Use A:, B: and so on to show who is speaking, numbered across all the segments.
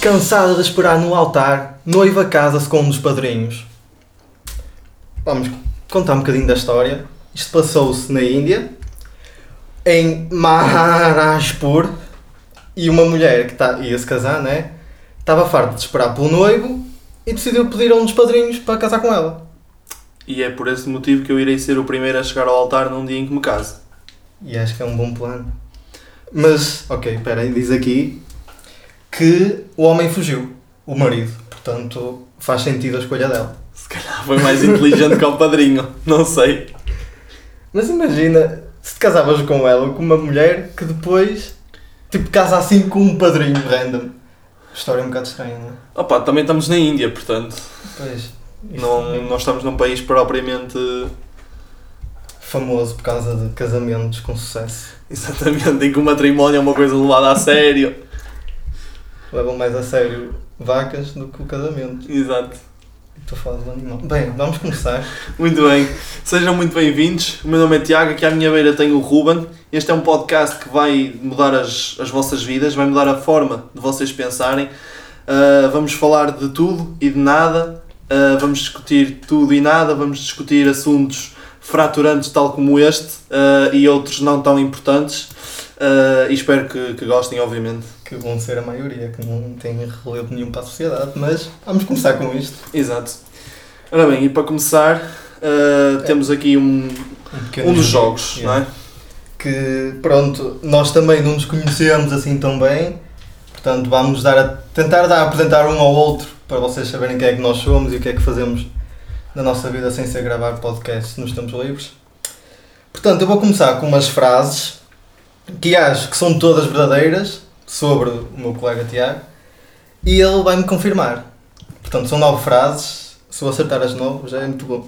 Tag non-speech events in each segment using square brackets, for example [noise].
A: Cansada de esperar no altar, noiva casa-se com um dos padrinhos. Vamos contar um bocadinho da história. Isto passou-se na Índia, em Maharashpur, e uma mulher que tá, ia se casar, né? Estava farta de esperar pelo noivo e decidiu pedir a um dos padrinhos para casar com ela.
B: E é por esse motivo que eu irei ser o primeiro a chegar ao altar num dia em que me case.
A: E acho que é um bom plano. Mas, ok, espera aí, diz aqui que o homem fugiu, o marido. Portanto, faz sentido a escolha dela.
B: Se calhar foi mais inteligente que o padrinho, não sei.
A: Mas imagina se te casavas com ela, com uma mulher que depois, tipo, casa assim com um padrinho random. História um bocado estranha, não é?
B: Opa, também estamos na Índia, portanto,
A: Pois,
B: não, não estamos num país propriamente.
A: famoso por causa de casamentos com sucesso.
B: Exatamente, em que o matrimónio é uma coisa levada a sério.
A: Levam mais a sério vacas do que o casamento.
B: Exato.
A: Estou a falar do animal. Bem, vamos começar.
B: Muito bem, sejam muito bem-vindos. O meu nome é Tiago, aqui à minha beira tenho o Ruben. Este é um podcast que vai mudar as, as vossas vidas, vai mudar a forma de vocês pensarem. Ah, vamos falar de tudo e de nada, Ah, vamos discutir tudo e nada, vamos discutir assuntos fraturantes, tal como este, ah, e outros não tão importantes. Ah, e espero que, que gostem, obviamente.
A: Que vão ser a maioria, que não tem relevo nenhum para a sociedade, mas vamos começar com isto.
B: Exato. Ora bem, e para começar, ah, temos aqui um,
A: pequeno
B: um dos jogos,
A: Yeah.
B: não é?
A: que pronto, nós também não nos conhecemos assim tão bem, portanto vamos dar a, tentar dar a apresentar um ao outro para vocês saberem quem é que nós somos e o que é que fazemos na nossa vida sem ser gravar podcasts nos tempos livres. Portanto, eu vou começar com umas frases que acho que são todas verdadeiras sobre o meu colega Tiago e ele vai-me confirmar. Portanto, são nove frases, se eu acertar as nove já é muito bom.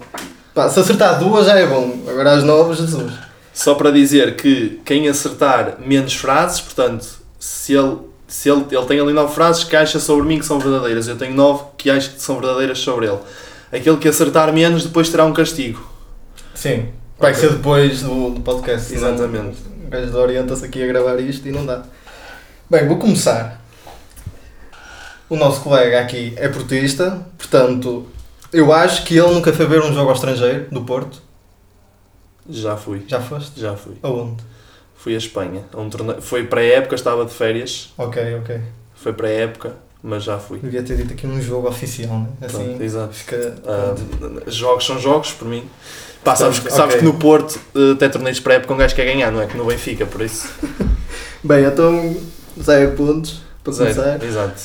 A: Pá, se acertar duas já é bom, agora as nove, Jesus.
B: Só para dizer que quem acertar menos frases, portanto, se ele, se ele, ele tem ali nove frases que acha sobre mim que são verdadeiras, eu tenho nove que acho que são verdadeiras sobre ele. Aquele que acertar menos depois terá um castigo.
A: Sim. Vai ser depois do, do podcast. senão
B: Exatamente.
A: O gajo orienta-se aqui a gravar isto e não dá. Bem, vou começar. O nosso colega aqui é portista, portanto, eu acho que ele nunca foi ver um jogo ao estrangeiro, do Porto.
B: Já fui,
A: Já foste?
B: já fui.
A: Aonde?
B: Fui à Espanha. a um torneio- Foi para a época, estava de férias,
A: Ok, ok.
B: foi para a época, mas já fui.
A: Devia ter dito aqui um jogo oficial, né? Assim,
B: Pronto, exato.
A: fica...
B: Ah, jogos são jogos, por mim. Pá, sabes, que-
A: Portanto,
B: sabes
A: ok.
B: que no Porto, eh, até torneios de pré-época, um gajo quer ganhar, não é? Que no Benfica, por isso.
A: Bem, então, zero pontos para
B: Zero.
A: começar.
B: Exato.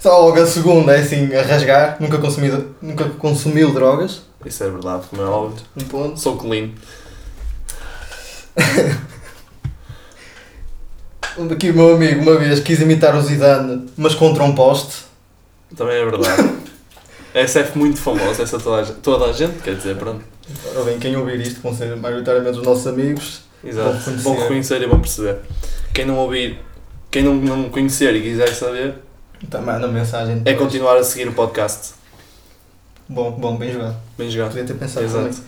A: Só logo a segunda é assim, a rasgar. Nunca, consumi, nunca consumiu drogas.
B: Isso é verdade, como é óbvio.
A: Um ponto.
B: Sou clean.
A: Aqui o Um meu amigo uma vez quis imitar o Zidane, mas contra um poste.
B: Também é verdade.
A: [laughs]
B: Essa é muito famosa, essa toda a gente, toda a gente quer dizer, pronto.
A: Ora bem, quem ouvir isto vão ser maioritariamente os nossos amigos. Vão
B: Exato.
A: reconhecer.
B: Vão reconhecer e vão perceber. Quem não ouvir, quem não, não conhecer e quiser saber,
A: Então manda mensagem.
B: é continuar a seguir o podcast.
A: Bom, bom, bem jogado.
B: Bem jogado.
A: Podia ter pensado
B: Exato.
A: também.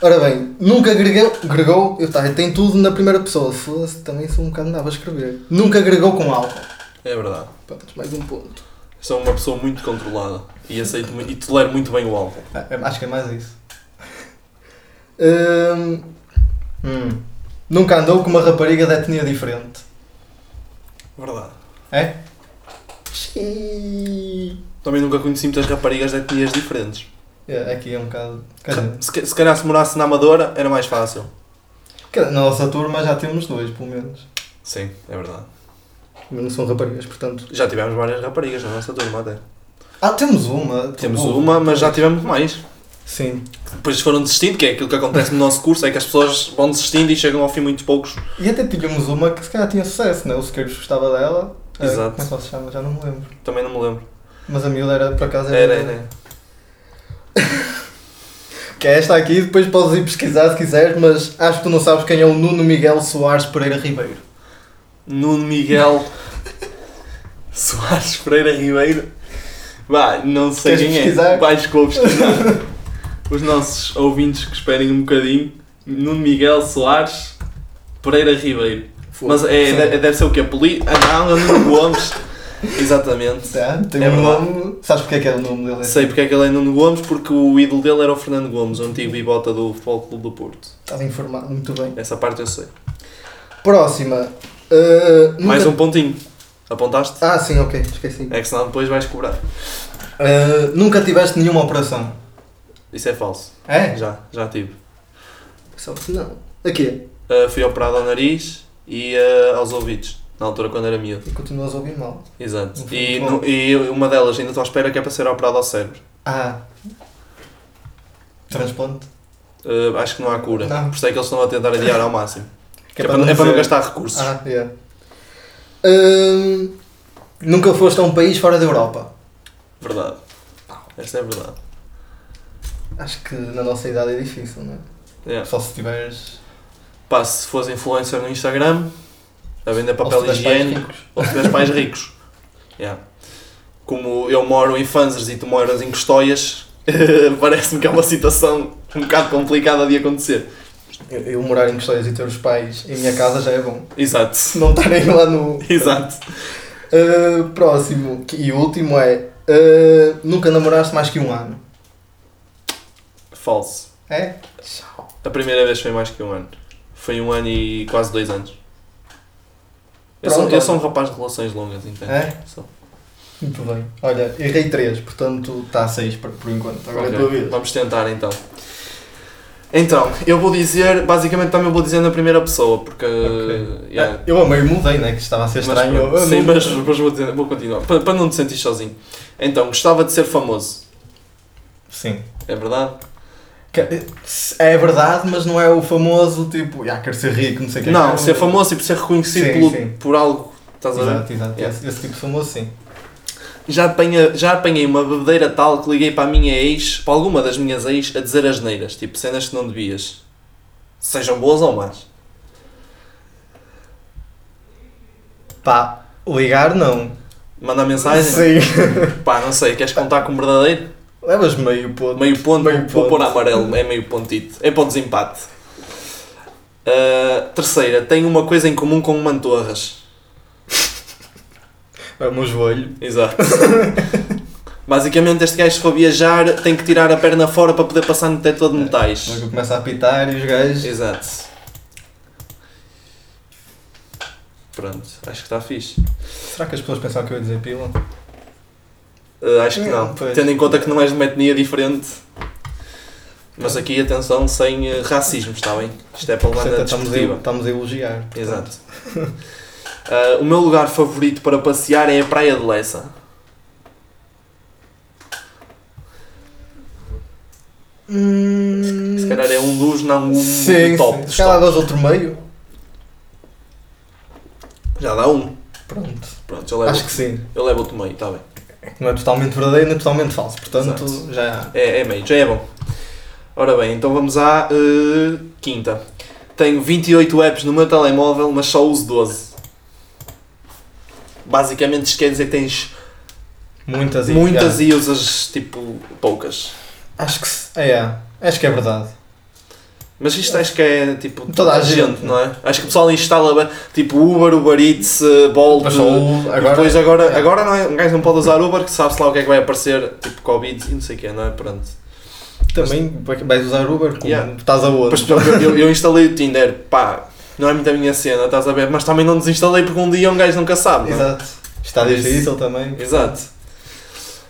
A: Ora bem, nunca agregou, agregou eu tá, tem tudo na primeira pessoa. Foda-se, também sou um bocado nada a escrever. Nunca agregou com álcool.
B: É verdade.
A: Pronto, mais um ponto.
B: Sou uma pessoa muito controlada e aceito mu- e tolero muito bem o álcool.
A: Ah, é- acho que é mais isso. [laughs] Hum, hum. Nunca andou com uma rapariga de etnia diferente.
B: Verdade.
A: É? Xiii.
B: Também nunca conheci muitas raparigas de etnias diferentes.
A: É, aqui é um bocado. Quer dizer,
B: Se, ca- se calhar se morasse na Amadora era mais fácil.
A: que na nossa turma já temos dois, pelo menos.
B: Sim, é verdade.
A: Mas não são raparigas, portanto.
B: Já tivemos várias raparigas na nossa turma até.
A: Ah, temos uma.
B: Temos
A: Pô,
B: uma, mas já tivemos mais.
A: Sim.
B: Depois foram desistindo, que é aquilo que acontece no nosso curso, é que as pessoas vão desistindo e chegam ao fim muito poucos.
A: E até tínhamos uma que se calhar tinha sucesso, né? O Sequeiros gostava dela. Ah,
B: Exato.
A: Como é que ela se chama? Já não me lembro.
B: Também não me lembro.
A: Mas a miúda era por acaso.
B: Era, era.
A: Que é esta aqui, depois podes ir pesquisar se quiseres, mas acho que tu não sabes quem é o Nuno Miguel Soares Pereira Ribeiro.
B: Nuno [laughs] Miguel Soares Pereira Ribeiro. Vá, não sei
A: Queres
B: quem é.
A: pesquisar?
B: Vais que vou pesquisar. Os nossos ouvintes que esperem um bocadinho. Nuno Miguel Soares Pereira Ribeiro. Mas é,
A: Sim.
B: de- deve ser o quê? Poli... Ah não, é Nuno Gomes. [laughs] Exatamente.
A: Tá, tem
B: É
A: um
B: verdade.
A: nome. Sabes porque é que é o nome dele?
B: Sei porque é que ele é Nuno Gomes, porque o ídolo dele era o Fernando Gomes, o antigo bibota do Futebol Clube do Porto.
A: Estás informado, muito bem.
B: Essa parte eu sei.
A: Próxima. Uh, nunca-
B: Mais um pontinho. Apontaste?
A: Ah, sim, ok, esqueci.
B: É que senão depois vais cobrar. É.
A: Uh, nunca tiveste nenhuma operação?
B: Isso é falso.
A: É?
B: Já, já tive.
A: Só que não. Aqui.
B: Ah, fui operado ao nariz e ah, aos ouvidos, na altura quando era miúdo.
A: E continuas a ouvir mal.
B: Exato.
A: Não foi
B: E,
A: muito bom.
B: nu- e uma delas ainda estou à espera que é para ser operado ao cérebro.
A: Ah. Transplante.
B: Ah, acho que não há cura.
A: Não.
B: Por isso é que eles estão a tentar adiar
A: [laughs]
B: ao máximo. Que é, para, é para não
A: ser-
B: gastar recursos.
A: Ah, yeah. Uh, nunca foste a um país fora da Europa?
B: Verdade. Esta é verdade.
A: Acho que na nossa idade é difícil, não é?
B: Yeah.
A: Só se tiveres.
B: Pá, se fores influencer no Instagram, a vender papel
A: ou se tiveres pais
B: higiênico,
A: ricos.
B: ou se tiveres pais ricos. Yeah. Como eu moro em Fanzers e tu moras em Custóias, [laughs] parece-me que é uma situação um bocado complicada de acontecer.
A: Eu, eu morar em Custóias e ter os pais em minha casa já é bom. [laughs]
B: Exato. [laughs]
A: Se não estarem lá no.
B: Exato.
A: Uh, próximo que- e último é. uh, nunca namoraste mais que um ano?
B: Falso.
A: É?
B: A primeira vez foi mais que um ano. Foi um ano e quase dois anos. Eu sou,
A: Pronto,
B: eu sou um
A: olha.
B: rapaz de relações longas, então. entende?
A: É?
B: Sou.
A: Muito bem. Olha, errei 3, portanto está a 6 por, por enquanto. Agora é a
B: Ok,
A: tua vez.
B: Vamos tentar então. Então, eu vou dizer, basicamente também vou dizer na primeira pessoa, porque.
A: Ok.
B: yeah,
A: Ah, Eu a meio mudei, né? Que estava a ser
B: mas
A: estranho.
B: pronto,
A: Eu
B: sim,
A: não-
B: mas, mas vou, dizer- vou continuar. Para, para não te sentir sozinho. Então, gostava de ser famoso,
A: Sim.
B: é verdade?
A: Que- É verdade, mas não é o famoso tipo, ah, quero ser rico, não sei o que. é.
B: não, ser famoso e por ser reconhecido
A: Sim,
B: pelo-
A: sim.
B: por algo. Estás a ver?
A: Exato, exato.
B: Yeah.
A: Esse, esse tipo de famoso, sim.
B: Já, apanha, já apanhei uma bebedeira tal que liguei para a minha ex, para alguma das minhas ex, a dizer as neiras, tipo cenas que não devias. Sejam boas ou más.
A: Pá, ligar não.
B: Manda mensagem. Pá, não sei, queres contar com verdadeiro?
A: [laughs] Levas meio ponto.
B: Meio ponto,
A: Meio
B: vou
A: ponto.
B: pôr amarelo, é meio pontito. É para o desempate. Ah, terceira, tenho uma coisa em comum com o Mantorras.
A: É o meu joelho.
B: Exato. [laughs] Basicamente, este gajo, se for viajar, tem que tirar a perna fora para poder passar no detector de metais.
A: Logo começa a apitar e os gajos.
B: Exato. Pronto, acho que está fixe.
A: Será que as pessoas pensavam que eu ia dizer pila?
B: Uh, acho que não.
A: Não, pois.
B: Tendo em conta que não és de uma etnia diferente. Mas aqui, atenção, sem uh, racismo, está bem? Isto é para levar na
A: Portanto, estamos, a,
B: desportiva.
A: estamos a elogiar. portanto.
B: Exato. Uh, o meu lugar favorito para passear é a Praia de Lessa.
A: Hum...
B: Se calhar é um dos, não um
A: sim,
B: top.
A: sim.
B: dos
A: Se calhar
B: top.
A: dás outro meio.
B: Já dá um.
A: Pronto.
B: Pronto, eu levo,
A: Acho que sim.
B: eu levo outro meio, está bem.
A: Não é totalmente verdadeiro, não é totalmente falso. Portanto,
B: Exato.
A: já.
B: É, é meio, já é bom. Ora bem, então vamos à uh, quinta. Tenho 28 apps no meu telemóvel, mas só uso 12. Basicamente isto quer dizer que tens
A: Muitas e
B: muitas e usas tipo poucas.
A: Acho que se- é, é. Acho que é verdade.
B: Mas isto acho que é tipo
A: Toda a gente,
B: não é? Acho que o pessoal instala bem, tipo Uber, Uber Eats, eh, Bolt.
A: Mas só o-
B: Agora,
A: agora.
B: depois agora, agora não é, um gajo não pode usar Uber que sabe-se lá o que é que vai aparecer, tipo Covid e não sei o que, não é? Pronto.
A: Também vais usar Uber como
B: Yeah.
A: estás a outro.
B: Mas, por exemplo, eu, eu instalei o Tinder, pá, não é muito a minha cena, estás a ver? Mas também não desinstalei porque um dia um gajo nunca sabe. não é?
A: Exato. Está
B: Por isso-
A: difícil também.
B: Exato.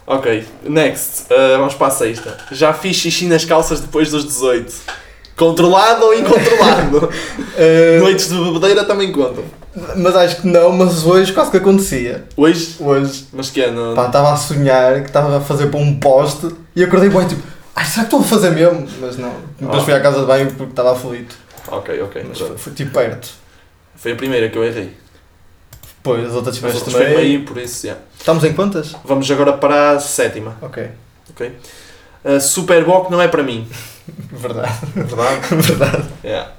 B: Ok, next. Uh, vamos para a sexta. Já fiz xixi nas calças depois dos 18. Controlado ou incontrolado? [laughs]
A: Uh,
B: Noites de bebedeira também contam.
A: mas acho que não, mas hoje quase que acontecia.
B: Hoje,
A: Hoje.
B: mas que é? Não,
A: Pá, estava a sonhar que estava a fazer para um poste e acordei bem tipo, ai será que estou a fazer mesmo? Mas não. Depois
B: Ah.
A: fui à casa de banho porque estava aflito.
B: Ok, ok.
A: Mas foi,
B: pronto.
A: foi tipo perto.
B: Foi a primeira que eu errei.
A: Depois as outras
B: Mas
A: tiveste
B: outras foi
A: também.
B: meio, por isso, yeah.
A: Estamos em quantas?
B: Vamos agora para a sétima.
A: Ok. [laughs]
B: Uh, Superboc não é para mim.
A: Verdade.
B: Verdade?
A: [laughs] Verdade.
B: Yeah.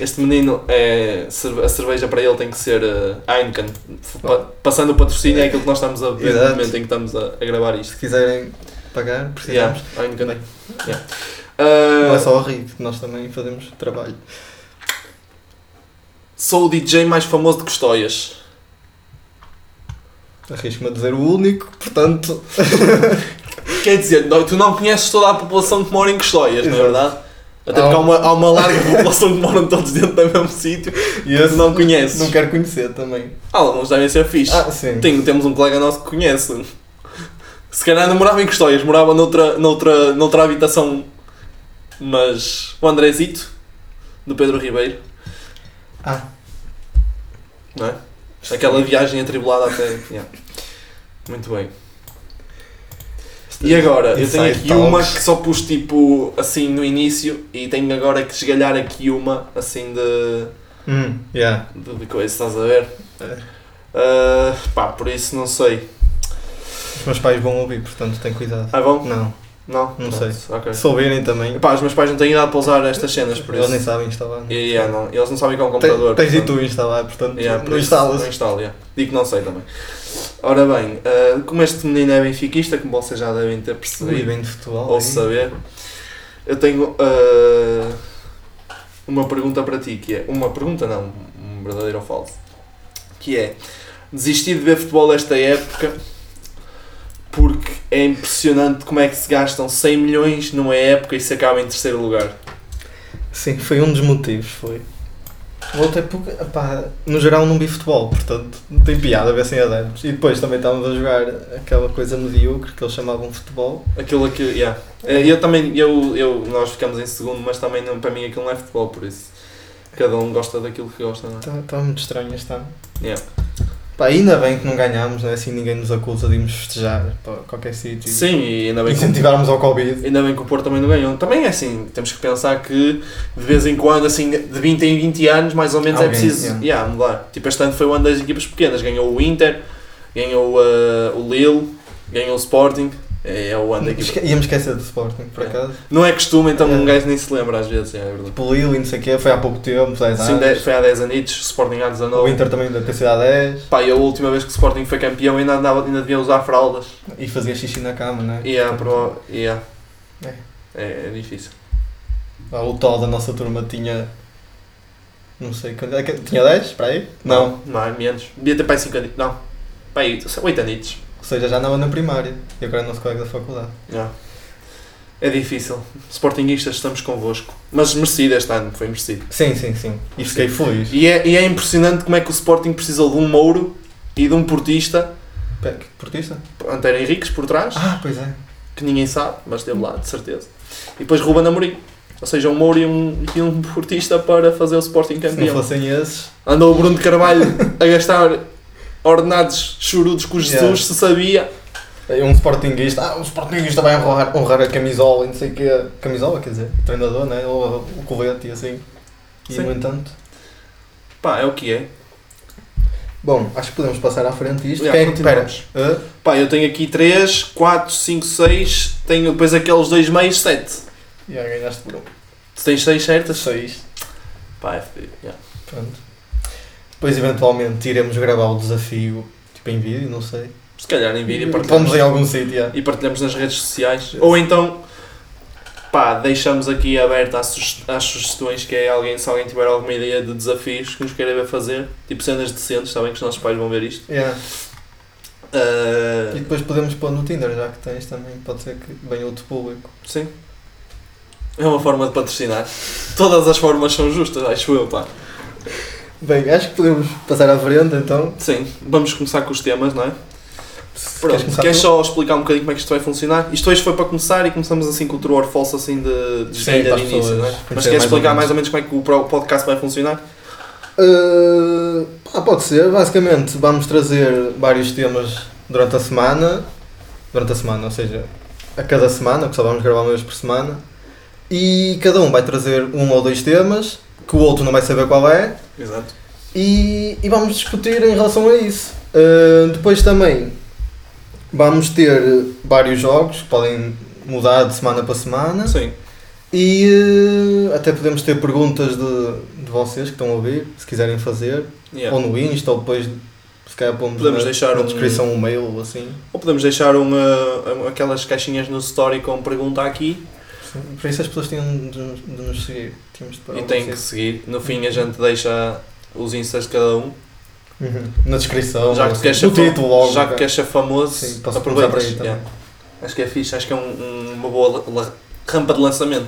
B: É. Este menino, é, cerve- a cerveja para ele tem que ser uh, Heineken. F- pa- passando o patrocínio é aquilo que nós estamos a ver no
A: Exato.
B: momento em que estamos a, a gravar isto.
A: Se quiserem pagar,
B: Yeah,
A: precisamos.
B: Heineken. Yeah.
A: Não é
B: Uh,
A: só o Rico, nós também fazemos trabalho.
B: sou o DJ mais famoso de Custóias.
A: Arrisco-me a dizer o único, portanto.
B: Quer dizer, não- tu não conheces toda a população que mora em Custóias, não é
A: Exato.
B: verdade? Até
A: Há
B: porque há
A: um-
B: uma, há uma larga [laughs] população que moram todos dentro do mesmo sítio.
A: E esse
B: Não conheces.
A: Não quero conhecer também.
B: Alguns devem ser fixe.
A: Ah, sim.
B: Tem- temos um colega nosso que conhece. Se calhar não morava em Custóias, morava noutra, noutra, noutra habitação. Mas o Andrezito, do Pedro Ribeiro,
A: Ah,
B: não é? Aquela viagem atribulada até. yeah. Muito bem. E
A: é
B: agora, eu tenho
A: Inside
B: aqui uma
A: talks.
B: que só pus tipo assim no início e tenho agora que esgalhar aqui uma assim de,
A: Hum, yeah.
B: de, de coisa, estás a ver?
A: É.
B: Ah, pá, por isso não sei.
A: Os meus pais vão ouvir, portanto tem cuidado.
B: Ah, bom?
A: Não.
B: Não?
A: Não
B: Pronto, ok.
A: Se ouvirem também.
B: Epá, os meus pais não têm idade para usar estas cenas, por
A: Eles nem
B: isso.
A: sabem instalar. né?
B: E, yeah, não, eles não sabem qual é um
A: Te-
B: computador.
A: Tens de
B: portanto.
A: tu instalar, portanto
B: Yeah, por
A: não
B: isso,
A: instalas.
B: Não instalo, yeah. Digo que não sei também. Ora bem, ah, como este menino é benfiquista, como vocês já devem ter
A: Ui,
B: percebido
A: bem de futebol.
B: ou
A: hein?
B: saber, eu tenho ah, uma pergunta para ti, que é... Uma pergunta não, um verdadeiro ou falso. Que é, desisti de ver futebol esta época porque é impressionante como é que se gastam 100 milhões numa época e se acaba em terceiro lugar.
A: Sim, foi um dos motivos, foi. O outro é porque, epá, no geral não vi futebol, portanto não tem piada ver sem adeptos. E depois também estávamos a jogar aquela coisa medíocre que eles chamavam futebol.
B: Aquilo que. Yeah. Eh, Eu também. Eu, eu, nós ficamos em segundo, mas também não, para mim aquilo não é futebol, por isso. Cada um gosta daquilo que gosta, não é?
A: Está está Tá, muito estranho este ano.
B: Yeah.
A: Pá, ainda bem que não ganhámos, não é? assim ninguém nos acusa de irmos festejar para qualquer sítio.
B: Sim, e ainda bem, que,
A: Incentivarmos ao Covid.
B: ainda bem que o Porto também não ganhou. Também é assim, temos que pensar que de vez em quando, assim, de 20 em 20 anos, mais ou menos é
A: Alguém,
B: preciso
A: yeah.
B: yeah, mudar. Tipo, este ano foi uma das equipas pequenas. Ganhou o Inter, ganhou eh, o Lille, ganhou o Sporting. É, é o ano da equipa.
A: Esque ia-me esquecer do Sporting, por
B: É.
A: acaso.
B: Não é costume, então um
A: É.
B: gajo nem se lembra às vezes, é verdade.
A: Tipo, o Lille e não sei o quê, foi há pouco tempo, 10
B: Sim,
A: anos.
B: de- foi há 10 anitos, Sporting há 19.
A: O Inter também deve ter sido há 10.
B: Pá, e a última vez que o Sporting foi campeão ainda, andava, ainda devia usar fraldas.
A: E fazia xixi na cama, não é?
B: E é,
A: Portanto,
B: pro, e é.
A: É.
B: É, é difícil.
A: ah, O tal da nossa turma tinha... Não sei, quando é que- tinha 10, para aí? Não.
B: Não, é menos. Devia ter para aí 5 anitos. Não. Para aí 8 anitos.
A: Ou seja, já andava na primária. E agora é nosso colega da faculdade.
B: Já. É difícil. Sportinguistas, estamos convosco. Mas merecido este ano, foi merecido.
A: Sim, sim, sim. E fiquei feliz.
B: E é, e é impressionante como é que o Sporting precisou de um Mouro e de um portista,
A: Pé, que portista?
B: Antero Henriques por trás,
A: Ah, pois é.
B: que ninguém sabe, mas esteve lá, de certeza. E depois Ruben Amorim. Ou seja, um Mouro e um, e um portista para fazer o Sporting
A: Se não
B: campeão.
A: fossem esses...
B: Andou o Bruno de Carvalho a gastar ordenados chorudos com o Jesus,
A: Yeah.
B: se sabia.
A: Um Sportingista, ah, um Sportingista vai honrar, honrar a camisola e não sei o que Camisola, quer dizer, o treinador, né? Ou o colete e assim. E
B: Sim.
A: no entanto.
B: Pá, é o que é.
A: Bom, acho que podemos passar à frente isto.
B: Já,
A: Quem é que espera?
B: continuamos. Pá, eu tenho aqui 3, 4, 5, 6, tenho depois aqueles dois meios, 7.
A: Já ganhaste por um.
B: Tu tens 6
A: Então,
B: certas?
A: Seis.
B: Pá, é fedido, yeah.
A: Pronto. Depois, eventualmente, iremos gravar o desafio, tipo em vídeo, não sei.
B: Se calhar em vídeo
A: Vamos
B: partilhamos,
A: em algum sítio, já.
B: e partilhamos nas redes sociais. Ou então, pá, deixamos aqui aberto às, sus- às sugestões que é alguém, se alguém tiver alguma ideia de desafios que nos queira ver fazer, tipo cenas decentes, sabem que os nossos pais vão ver isto.
A: Já.
B: Ah,
A: E depois podemos pôr no Tinder, já que tens também, pode ser que venha outro público.
B: Sim. É uma forma de patrocinar. Todas as formas são justas, acho eu, pá.
A: Bem, acho que podemos passar à frente então.
B: Sim, vamos começar com os temas, não é?
A: Se
B: Pronto,
A: começar
B: queres
A: tu?
B: só explicar um bocadinho como é que isto vai funcionar? Isto hoje foi para começar e começamos assim com o true or false, assim de, de
A: Sim,
B: esgalha
A: para
B: de
A: as
B: início,
A: pessoas
B: não é? Mas
A: conhecerem mais
B: queres
A: ou
B: explicar
A: menos.
B: mais ou menos como é que o pro- podcast vai funcionar?
A: Uh, pá, pode ser, basicamente vamos trazer vários temas durante a semana, durante a semana, ou seja, a cada semana, porque só vamos gravar uma vez por semana, e cada um vai trazer um ou dois temas, que o outro não vai saber qual é,
B: Exato.
A: e, e vamos discutir em relação a isso. Uh, depois também vamos ter vários jogos que podem mudar de semana para semana.
B: Sim.
A: E eh, até podemos ter perguntas de, de vocês que estão a ouvir, se quiserem fazer,
B: yeah.
A: ou no Insta, ou depois se calhar pomos
B: É. Podemos
A: na,
B: deixar
A: na
B: um-
A: descrição um mail ou assim.
B: Ou podemos deixar um, ah, um- aquelas caixinhas no story com pergunta aqui
A: Por isso as pessoas tinham de, nos- de nos seguir. Tínhamos de parar
B: e
A: um
B: tem que
A: bocadinho.
B: seguir. No fim a gente deixa os instas de cada um.
A: Uhum. Na descrição,
B: já que tu
A: assim,
B: queres
A: no
B: ser fam-
A: título logo. né?
B: já que queres ser famoso,
A: Sim, posso começar por
B: aproveitas.
A: aí também.
B: yeah. Acho que é fixe, acho que é um- um- uma boa la- la- rampa de lançamento.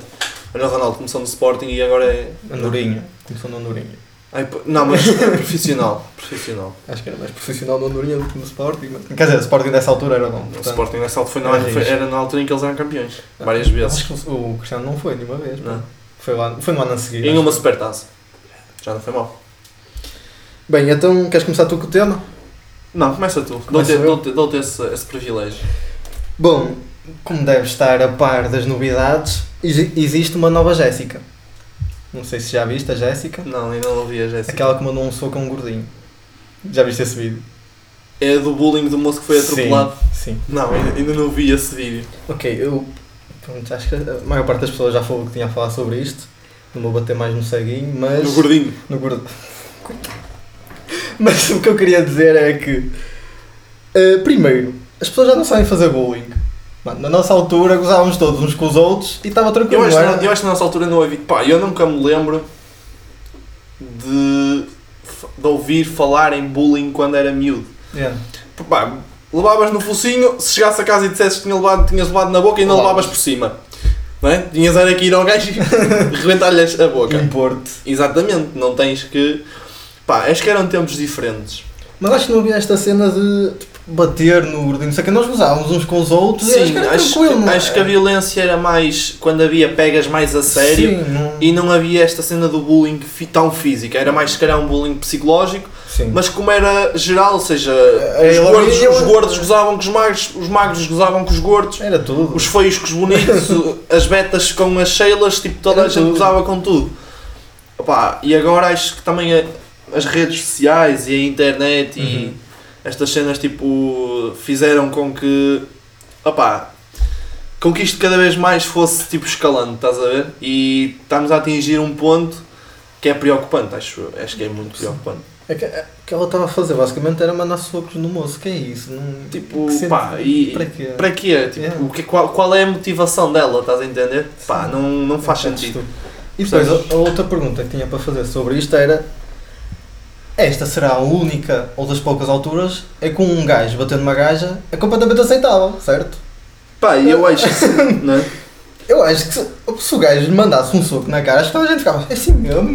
B: Olha o Ronaldo começou no Sporting e agora é.
A: Andorinha. Começou no Andorinha.
B: Ai, pô, não, mas é profissional. [laughs] Profissional.
A: Acho que era mais profissional no Andorinha do que no Sporting. mas- Quer dizer, o Sporting dessa altura era bom.
B: O
A: portanto-
B: Sporting nessa altura foi na,
A: Era
B: foi-
A: fixe.
B: era na altura em que eles eram campeões.
A: Ah,
B: Várias vezes.
A: Acho que o o Cristiano não foi nenhuma vez. pô.
B: Não.
A: Foi, lá, foi no ano a seguir.
B: E em uma
A: acho.
B: supertaça. Já não foi mal.
A: Bem, então queres começar tu com o tema?
B: Não, começa tu.
A: Começo
B: Dou-te
A: eu?
B: dou-te- dou-te esse, esse privilégio.
A: Bom, como deves estar a par das novidades, exi- existe uma nova Jéssica. Não sei se já viste a Jéssica.
B: Não, ainda não ouvi a Jéssica.
A: Aquela que mandou um soco a um gordinho. Já viste esse vídeo?
B: É do bullying do moço que foi
A: Sim,
B: atropelado.
A: Sim.
B: Não, ainda, ainda não vi esse vídeo.
A: Ok, eu pronto, acho que a maior parte das pessoas já falou que tinha a falar sobre isto. Não vou bater mais no ceguinho, mas.
B: Do gordinho.
A: No gordo. Mas o que eu queria dizer é que. eh, primeiro, as pessoas já não sabem fazer bullying. Mano, na nossa altura gozávamos todos uns com os outros e estava
B: Eu
A: tranquilo.
B: acho,
A: não é? era?
B: que- eu acho que na nossa altura não ouvi. Pá, eu nunca me lembro de, de ouvir falar em bullying quando era miúdo.
A: Yeah.
B: Pá, levavas no focinho, se chegasse a casa e dissesses que tinha levado, tinhas levado na boca e não
A: Levavas.
B: levavas por cima. Não é? Tinhas era que ir ao gajo e [laughs] rebentar-lhe a boca.
A: Impor-te.
B: Exatamente, não tens que. Pá, acho que eram tempos diferentes.
A: Mas acho que não havia esta cena de tipo, bater no gordinho. Só que nós gozávamos uns com os outros e acho que
B: Sim,
A: era
B: acho,
A: tranquilo.
B: que,
A: não
B: acho que
A: é?
B: a violência era mais quando havia pegas mais a sério
A: Sim, não-
B: e não havia esta cena do bullying fi- tão física. Era mais se calhar um bullying psicológico,
A: Sim.
B: mas como era geral, ou seja,
A: É,
B: os
A: logo
B: gordos,
A: eu-
B: os gordos gozavam com os magros, os magros gozavam com os gordos.
A: Era tudo.
B: Os feios com
A: [laughs]
B: os bonitos, o- as betas com as Sheilas, tipo, toda a
A: Era
B: gente
A: tudo.
B: usava com tudo. Opá, e agora acho que também a- as redes sociais e a internet e
A: Uhum.
B: estas cenas, tipo, fizeram com que, opá, com que isto cada vez mais fosse, tipo, escalando, estás a ver? E estamos a atingir um ponto que é preocupante, acho, eu. acho que é muito preocupante.
A: É que, é que ela estava a fazer basicamente era mandar socos no moço, que é isso? Não...
B: Tipo,
A: que sentido-
B: pá, e-
A: Para quê?
B: Para quê? Tipo,
A: Yeah.
B: o que, qual, qual é a motivação dela, estás a entender? Pá,
A: Sim.
B: não, não faz
A: Portanto,
B: sentido.
A: isto- E depois a, a outra pergunta que tinha para fazer sobre isto era esta será a única ou das poucas alturas é com um gajo batendo uma gaja é completamente aceitável, certo?
B: Pá, e eu acho que sim, não é?
A: Eu acho que se, se o gajo lhe mandasse um soco na cara, acho que toda a gente ficava, é assim mesmo?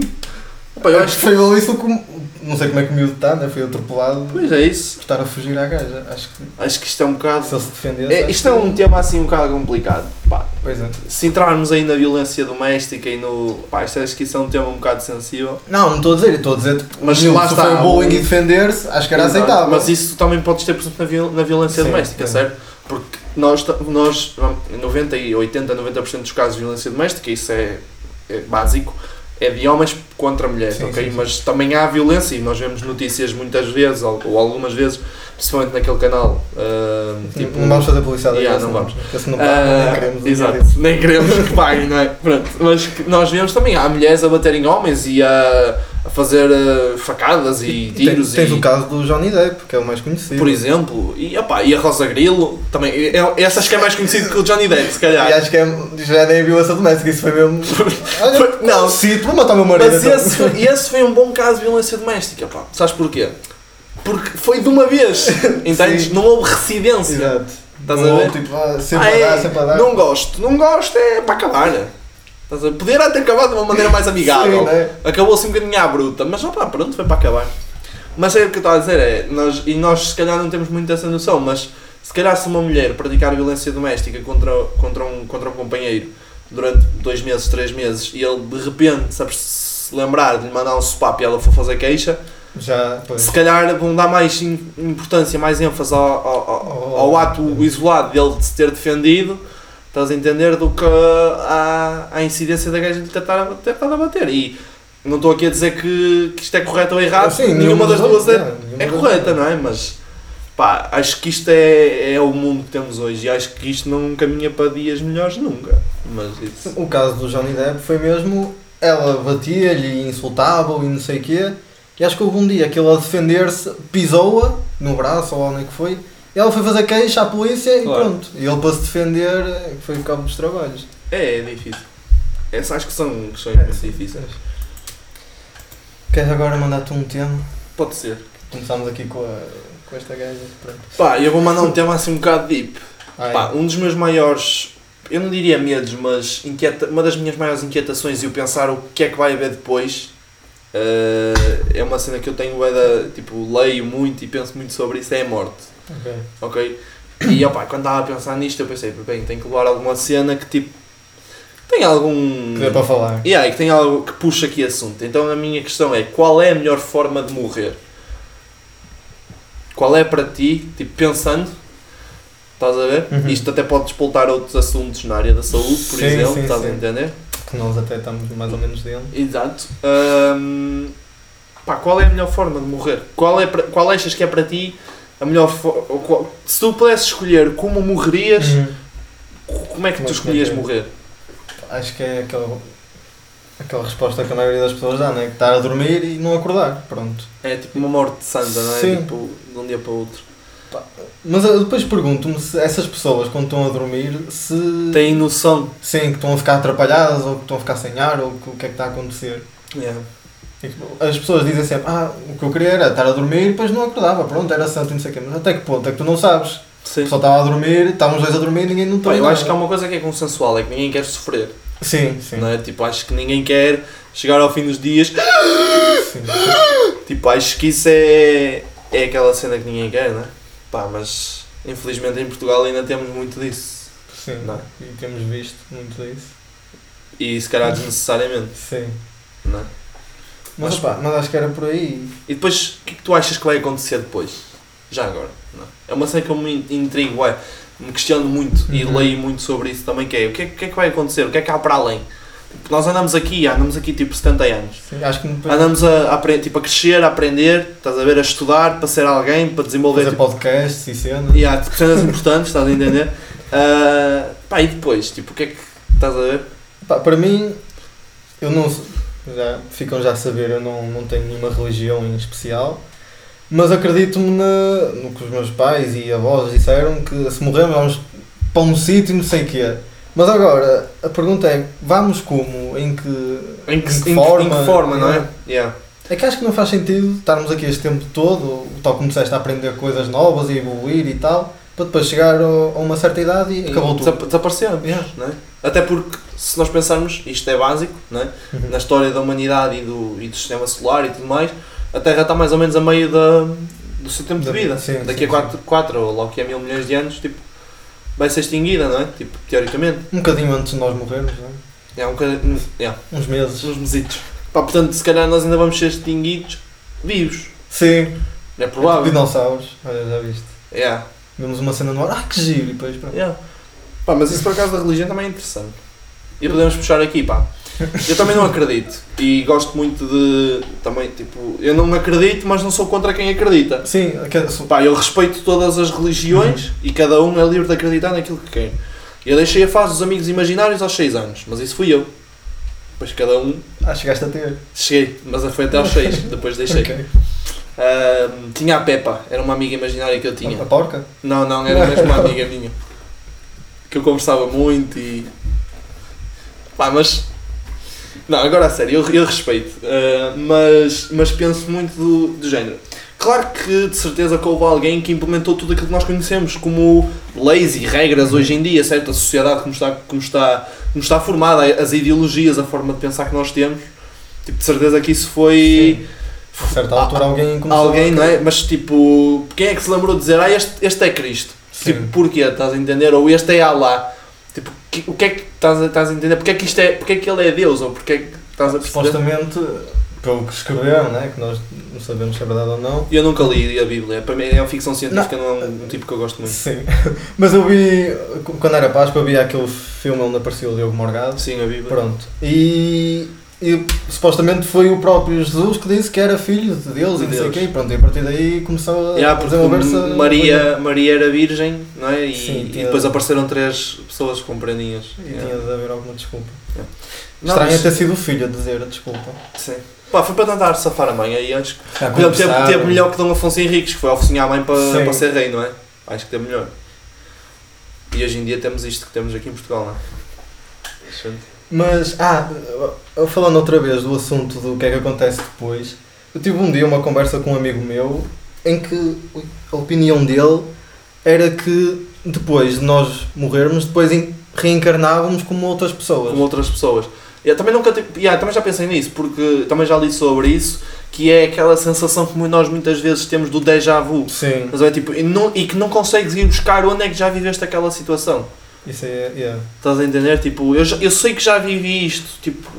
B: Pá, eu acho que.
A: foi isso com. Não sei como é que o miúdo está, né? foi atropelado por
B: Pois é isso.
A: estar a fugir à gaja. Acho que
B: Acho que isto é um bocado.
A: se ele se defendesse.
B: É,
A: acho
B: isto é
A: que-
B: um tema assim um bocado complicado. Pá,
A: Pois é.
B: se entrarmos aí na violência doméstica e no. Pá, isto acho que isso é um tema um bocado sensível.
A: Não, não estou a dizer, eu estou a dizer tipo,
B: Mas
A: o miúdo
B: lá
A: se
B: está,
A: foi bullying
B: o-
A: e defender-se, acho que era
B: Exato.
A: aceitável.
B: Mas isso também podes ter, por exemplo, na, viol- na violência
A: Sim,
B: doméstica,
A: sim.
B: certo? Porque nós, ta- nós, em 90 e 80, 90% dos casos de violência doméstica, isso é, é básico, é de homens contra mulheres,
A: Sim,
B: ok?
A: sim, sim.
B: Mas também há violência e nós vemos notícias muitas vezes, ou, ou algumas vezes, principalmente naquele canal. ah, tipo,
A: não vamos fazer publicidade
B: Yeah,
A: aqui,
B: não
A: senão-
B: vamos.
A: porque senão
B: Ah,
A: não queremos
B: exato,
A: dinheiro.
B: nem queremos que paguem, não é? Pronto, mas que nós vemos também, há mulheres a baterem homens e a, a fazer ah, facadas e,
A: Tem-
B: tiros
A: Tens
B: e,
A: o caso do Johnny Depp, que é o mais conhecido.
B: por exemplo, e, opá, e a Rosa Grilo também, é, é- essa acho que é mais conhecida que o Johnny Depp, se
A: E
B: calhar.
A: acho que é, já nem a violência doméstica, isso foi
B: [laughs]
A: mesmo. Olha,
B: Não,
A: se vou matar o meu marido.
B: mas
A: então.
B: esse, foi- esse foi um bom caso de violência doméstica, pá. Sabes porquê? Porque foi de uma vez, entendes?
A: [laughs] Sim.
B: Não houve residência.
A: Exato.
B: Estás
A: Não
B: a ver?
A: houve, Tipo, ah, sempre
B: Ah,
A: a
B: é,
A: dar, sempre a dar.
B: Não gosto, não gosto é para acabar. Estás a ver? Poderá ter acabado de uma maneira mais amigável.
A: Sim, né?
B: Acabou-se um bocadinho à bruta, mas opá, pronto, foi para acabar. Mas é o que eu estava a dizer, é, nós, e nós se calhar não temos muito essa noção, mas se calhar se uma mulher praticar violência doméstica contra, contra, um, contra um companheiro durante dois meses, três meses, e ele de repente sabes, se lembrar de lhe mandar um sopapo e ela for fazer queixa,
A: Já,
B: se
A: pois.
B: calhar vão dar mais im- importância, mais ênfase ao, ao- ao- ao
A: Oh.
B: ato isolado dele de se ter defendido, estás a entender, do que à, à incidência da gaja de ter estado a- ter estado a bater. E não estou aqui a dizer que, que isto é correto ou errado,
A: Sim, nenhum
B: nenhuma das
A: dos
B: duas
A: dois,
B: é,
A: não, nenhuma
B: é
A: Assim, das
B: correta,
A: duas.
B: não é? Mas pá, acho que isto é, é o mundo que temos hoje e acho que isto não caminha para dias melhores nunca. Mas isso.
A: O caso do Johnny Depp foi mesmo. Ela batia-lhe, insultava-o e não sei o quê. E acho que houve um dia que ele a defender-se pisou-a no braço ou onde é que foi. E ela foi fazer queixa à polícia e
B: Claro.
A: pronto. E ele para se defender foi o cabo dos trabalhos.
B: É, é difícil. Essas acho que são assim questões muito difíceis.
A: Queres agora mandar-te um tema?
B: Pode ser.
A: Começámos aqui com, a, com esta gaja. Pronto.
B: Pá, eu vou mandar um tema assim um bocado deep.
A: Ai,
B: Pá, um dos meus maiores, eu não diria medos, mas inquieta, uma das minhas maiores inquietações e o pensar o que é que vai haver depois eh, é uma cena que eu tenho, é da, tipo, leio muito e penso muito sobre isso, é a morte,
A: ok.
B: ok? E opá, quando estava a pensar nisto eu pensei, bem, tenho que levar alguma cena que tipo, tem algum...
A: Que dê para falar.
B: E aí, que tem algo que puxa aqui assunto. Então a minha questão é, qual é a melhor forma de morrer? Qual é para ti, tipo, pensando, estás a ver?
A: Uhum.
B: Isto até pode despoltar outros assuntos na área da saúde, por
A: Sim,
B: exemplo,
A: sim,
B: estás a
A: sim.
B: entender?
A: Que nós até estamos mais ou menos dentro.
B: Exato. Hum, pá, qual é a melhor forma de morrer? Qual, é para- qual achas que é para ti a melhor forma? Se tu pudesses escolher como morrerias,
A: Uhum.
B: como é que
A: Como é que
B: tu escolhias
A: é?
B: morrer?
A: Acho que é aquela, aquela resposta que a maioria das pessoas dá, né? Que estar a dormir e não acordar. Pronto.
B: É tipo uma morte santa, não é?
A: Sim.
B: Tipo, de um dia para o outro.
A: Mas eu depois pergunto-me se essas pessoas, quando estão a dormir, se.
B: Tem noção.
A: Sim, que estão a ficar atrapalhadas, ou que estão a ficar sem ar, ou que- o que é que está a acontecer.
B: Yeah.
A: E que As pessoas dizem sempre, ah, o que eu queria era estar a dormir e depois não acordava, pronto, era santo e não sei o quê. Mas até que ponto é que tu não sabes?
B: Sim.
A: Só estava a dormir, estávamos dois a dormir e ninguém não
B: Pá,
A: estava.
B: eu acho que há uma coisa que é consensual, é que ninguém quer sofrer,
A: Sim, sim.
B: não é? Tipo, acho que ninguém quer chegar ao fim dos dias, é?
A: sim.
B: tipo, acho que isso é, é aquela cena que ninguém quer, não é? Pá, mas infelizmente em Portugal ainda temos muito disso.
A: Sim,
B: Não. é?
A: e temos visto muito disso.
B: E se calhar desnecessariamente,
A: Sim.
B: não é?
A: Mas,
B: Mas-
A: pá, mas acho que era por aí.
B: E depois, o que é que tu achas que vai acontecer depois? Já agora, não é? É uma cena que eu me in- intrigo, é, me questiono muito e
A: Uhum.
B: leio muito sobre isso também, que é, o que é, o que é que vai acontecer? O que é que há para além? Tipo, nós andamos aqui, andamos aqui tipo 70 anos.
A: Sim, acho que depois
B: Andamos a, a, apre- tipo, a crescer, a aprender, estás a ver, a estudar, para ser alguém, para desenvolver
A: fazer
B: tipo,
A: podcasts e cenas.
B: e há tipo, cenas importantes, estás
A: [laughs]
B: a entender? Ah, pá, e depois, tipo, o que é que estás a ver?
A: Pá, para mim, eu não já ficam já a saber, eu não, não tenho nenhuma religião em especial, mas acredito-me na- no que os meus pais e avós disseram que se morrermos vamos para um sítio e não sei o quê. Mas agora, a pergunta é, vamos como? Em que,
B: Em que, em que- em que forma, não é? Yeah.
A: É que acho que não faz sentido estarmos aqui este tempo todo, tal como disseste, a aprender coisas novas e evoluir e tal, para depois chegar ao- a uma certa idade e acabou
B: Desa-
A: tudo.
B: Desaparecemos,
A: Yeah.
B: não é? Até porque, se nós pensarmos, isto é básico, não é? na história da humanidade e do, e do sistema solar e tudo mais, a Terra está mais ou menos a meio da, do seu tempo de
A: Da-
B: vida.
A: sim,
B: Daqui
A: sim,
B: a 4 quatro, ou logo que é mil milhões de anos, tipo, vai ser extinguida, não é? Tipo, teoricamente.
A: Um bocadinho antes de nós morrermos, não é?
B: É um bocadinho. É,
A: uns meses.
B: uns mesitos. Pá, portanto, se calhar nós ainda vamos ser extinguidos vivos.
A: Sim,
B: É provável.
A: dinossauros, olha, já viste.
B: É.
A: Vemos uma cena no ar, ah que giro, e depois pronto.
B: é. Pá, mas isso por acaso da religião também é interessante. E podemos puxar aqui, pá. Eu também não acredito. E gosto muito de. Também, tipo. Eu não acredito, mas não sou contra quem acredita.
A: Sim, é aquela- so-
B: Pá, eu respeito todas as religiões e cada um é livre de acreditar naquilo que quer. Eu deixei a fase dos amigos imaginários aos 6 anos, mas isso fui eu. Depois cada um.
A: ah, chegaste a ter.
B: Cheguei, mas foi até aos 6, depois deixei.
A: Ok.
B: Ahm, tinha a Peppa, era uma amiga imaginária que eu tinha.
A: A porca?
B: Não, não, era mesmo uma amiga minha. Que eu conversava muito e. Pá, mas. Não, agora a sério, eu, eu respeito. ah, mas, mas penso muito do, do género. Claro que de certeza que houve alguém que implementou tudo aquilo que nós conhecemos como leis e regras hoje em dia, certo? A sociedade como está, como está, como está formada, as ideologias, a forma de pensar que nós temos. Tipo, de certeza que isso foi.
A: A certa altura alguém começou
B: Ah, Alguém,
A: a...
B: não é? Mas tipo, quem é que se lembrou de dizer, ah, este, este é Cristo?
A: Sim.
B: Tipo, porquê? Estás a entender? Ou este é Allah? Tipo, que- o que é que estás a, estás a entender? Porquê é que isto é, porquê é que ele é Deus? Ou porquê é que estás a perceber?
A: Supostamente, pelo que escreveram, né? que nós não sabemos se é verdade ou não.
B: Eu nunca li a Bíblia, para mim é uma ficção científica, não, é um, um tipo que eu gosto muito.
A: Sim. [laughs] Mas eu vi, quando era Páscoa, vi aquele filme onde apareceu o Diogo Morgado.
B: Sim, a Bíblia.
A: Pronto. E, e supostamente foi o próprio Jesus que disse que era filho de Deus
B: De
A: e não sei o
B: Deus.
A: quê. E pronto, e a partir daí começou a
B: Yeah, porque
A: desenvolver-se. a-
B: Maria, Maria era virgem, não é? E,
A: Sim,
B: e
A: tinha-
B: depois apareceram três pessoas com praninhas.
A: E
B: Yeah.
A: tinha de haver alguma desculpa.
B: Não,
A: Estranho é
B: mas-
A: ter sido o filho a dizer a desculpa.
B: Sim. Pá, foi para tentar safar a mãe, aí acho
A: Já
B: Por exemplo, teve,
A: conversaram.
B: teve melhor que Dom Afonso Henriques, que foi oficinar à mãe para,
A: Sim.
B: para ser rei, não é? Acho que teve melhor. E hoje em dia temos isto que temos aqui em Portugal, não é? Excelente.
A: Mas, ah, eu- eu falando outra vez do assunto do que é que acontece depois, Eu tive um dia uma conversa com um amigo meu em que a opinião dele era que depois de nós morrermos, depois em- reencarnávamos como outras pessoas.
B: com outras pessoas. Eu também nunca tive- yeah, também já pensei nisso, porque também já li sobre isso, que é aquela sensação que nós muitas vezes temos do déjà vu.
A: Sim,
B: Mas é tipo, e, não- e que não consegues ir buscar onde é que já viveste aquela situação.
A: isso é. Yeah.
B: Estás a entender? Tipo, eu, já- eu sei que já vivi isto, tipo,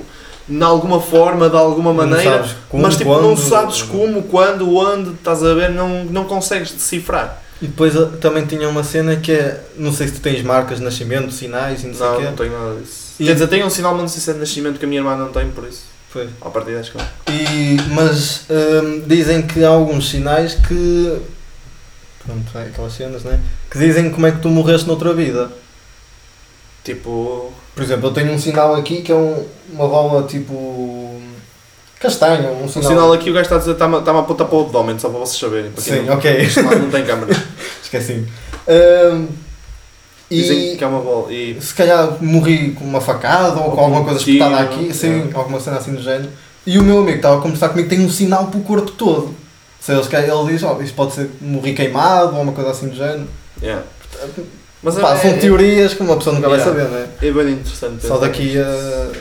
B: de alguma forma, de alguma maneira,
A: sabes como,
B: mas tipo, não
A: quando.
B: sabes como, quando, onde, estás a ver, não, não consegues decifrar.
A: E depois eh, também tinha uma cena que é. Não sei se tu tens marcas de nascimento, sinais e não sei o
B: Não,
A: quê.
B: não tenho nada disso.
A: E-
B: Quer dizer, tenho um sinal, mas não sei se é de nascimento que a minha irmã não tem, por isso.
A: Pois.
B: À partida, acho que não.
A: E, mas hum, dizem que há alguns sinais que. Pronto, é aquelas cenas, né? Que dizem como é que tu morreste noutra vida.
B: Tipo,
A: Por exemplo, eu tenho um sinal aqui que é um- uma bola tipo. castanho, um
B: Um
A: sinal.
B: sinal aqui, o gajo está a dizer, está-me está-me a apontar para o abdômen, só para vocês saberem. Para quem
A: Sim,
B: não,
A: ok, [laughs]
B: isto lá não tem câmera.
A: esqueci. Hum,
B: Dizem
A: e
B: que é uma bola. E
A: se calhar morri com uma facada ou
B: Ou
A: com
B: com
A: alguma
B: um
A: coisa
B: tiro,
A: espetada aqui, sim, alguma cena assim do género. E o meu amigo que estava a conversar comigo tem um sinal para o corpo todo. Se ele, ele diz, oh, isto pode ser que morri queimado ou uma coisa assim do género.
B: yeah. Mas
A: Pá,
B: é,
A: são
B: é-
A: teorias que uma pessoa nunca vai
B: Yeah.
A: saber, não é?
B: é bem interessante.
A: Só daqui a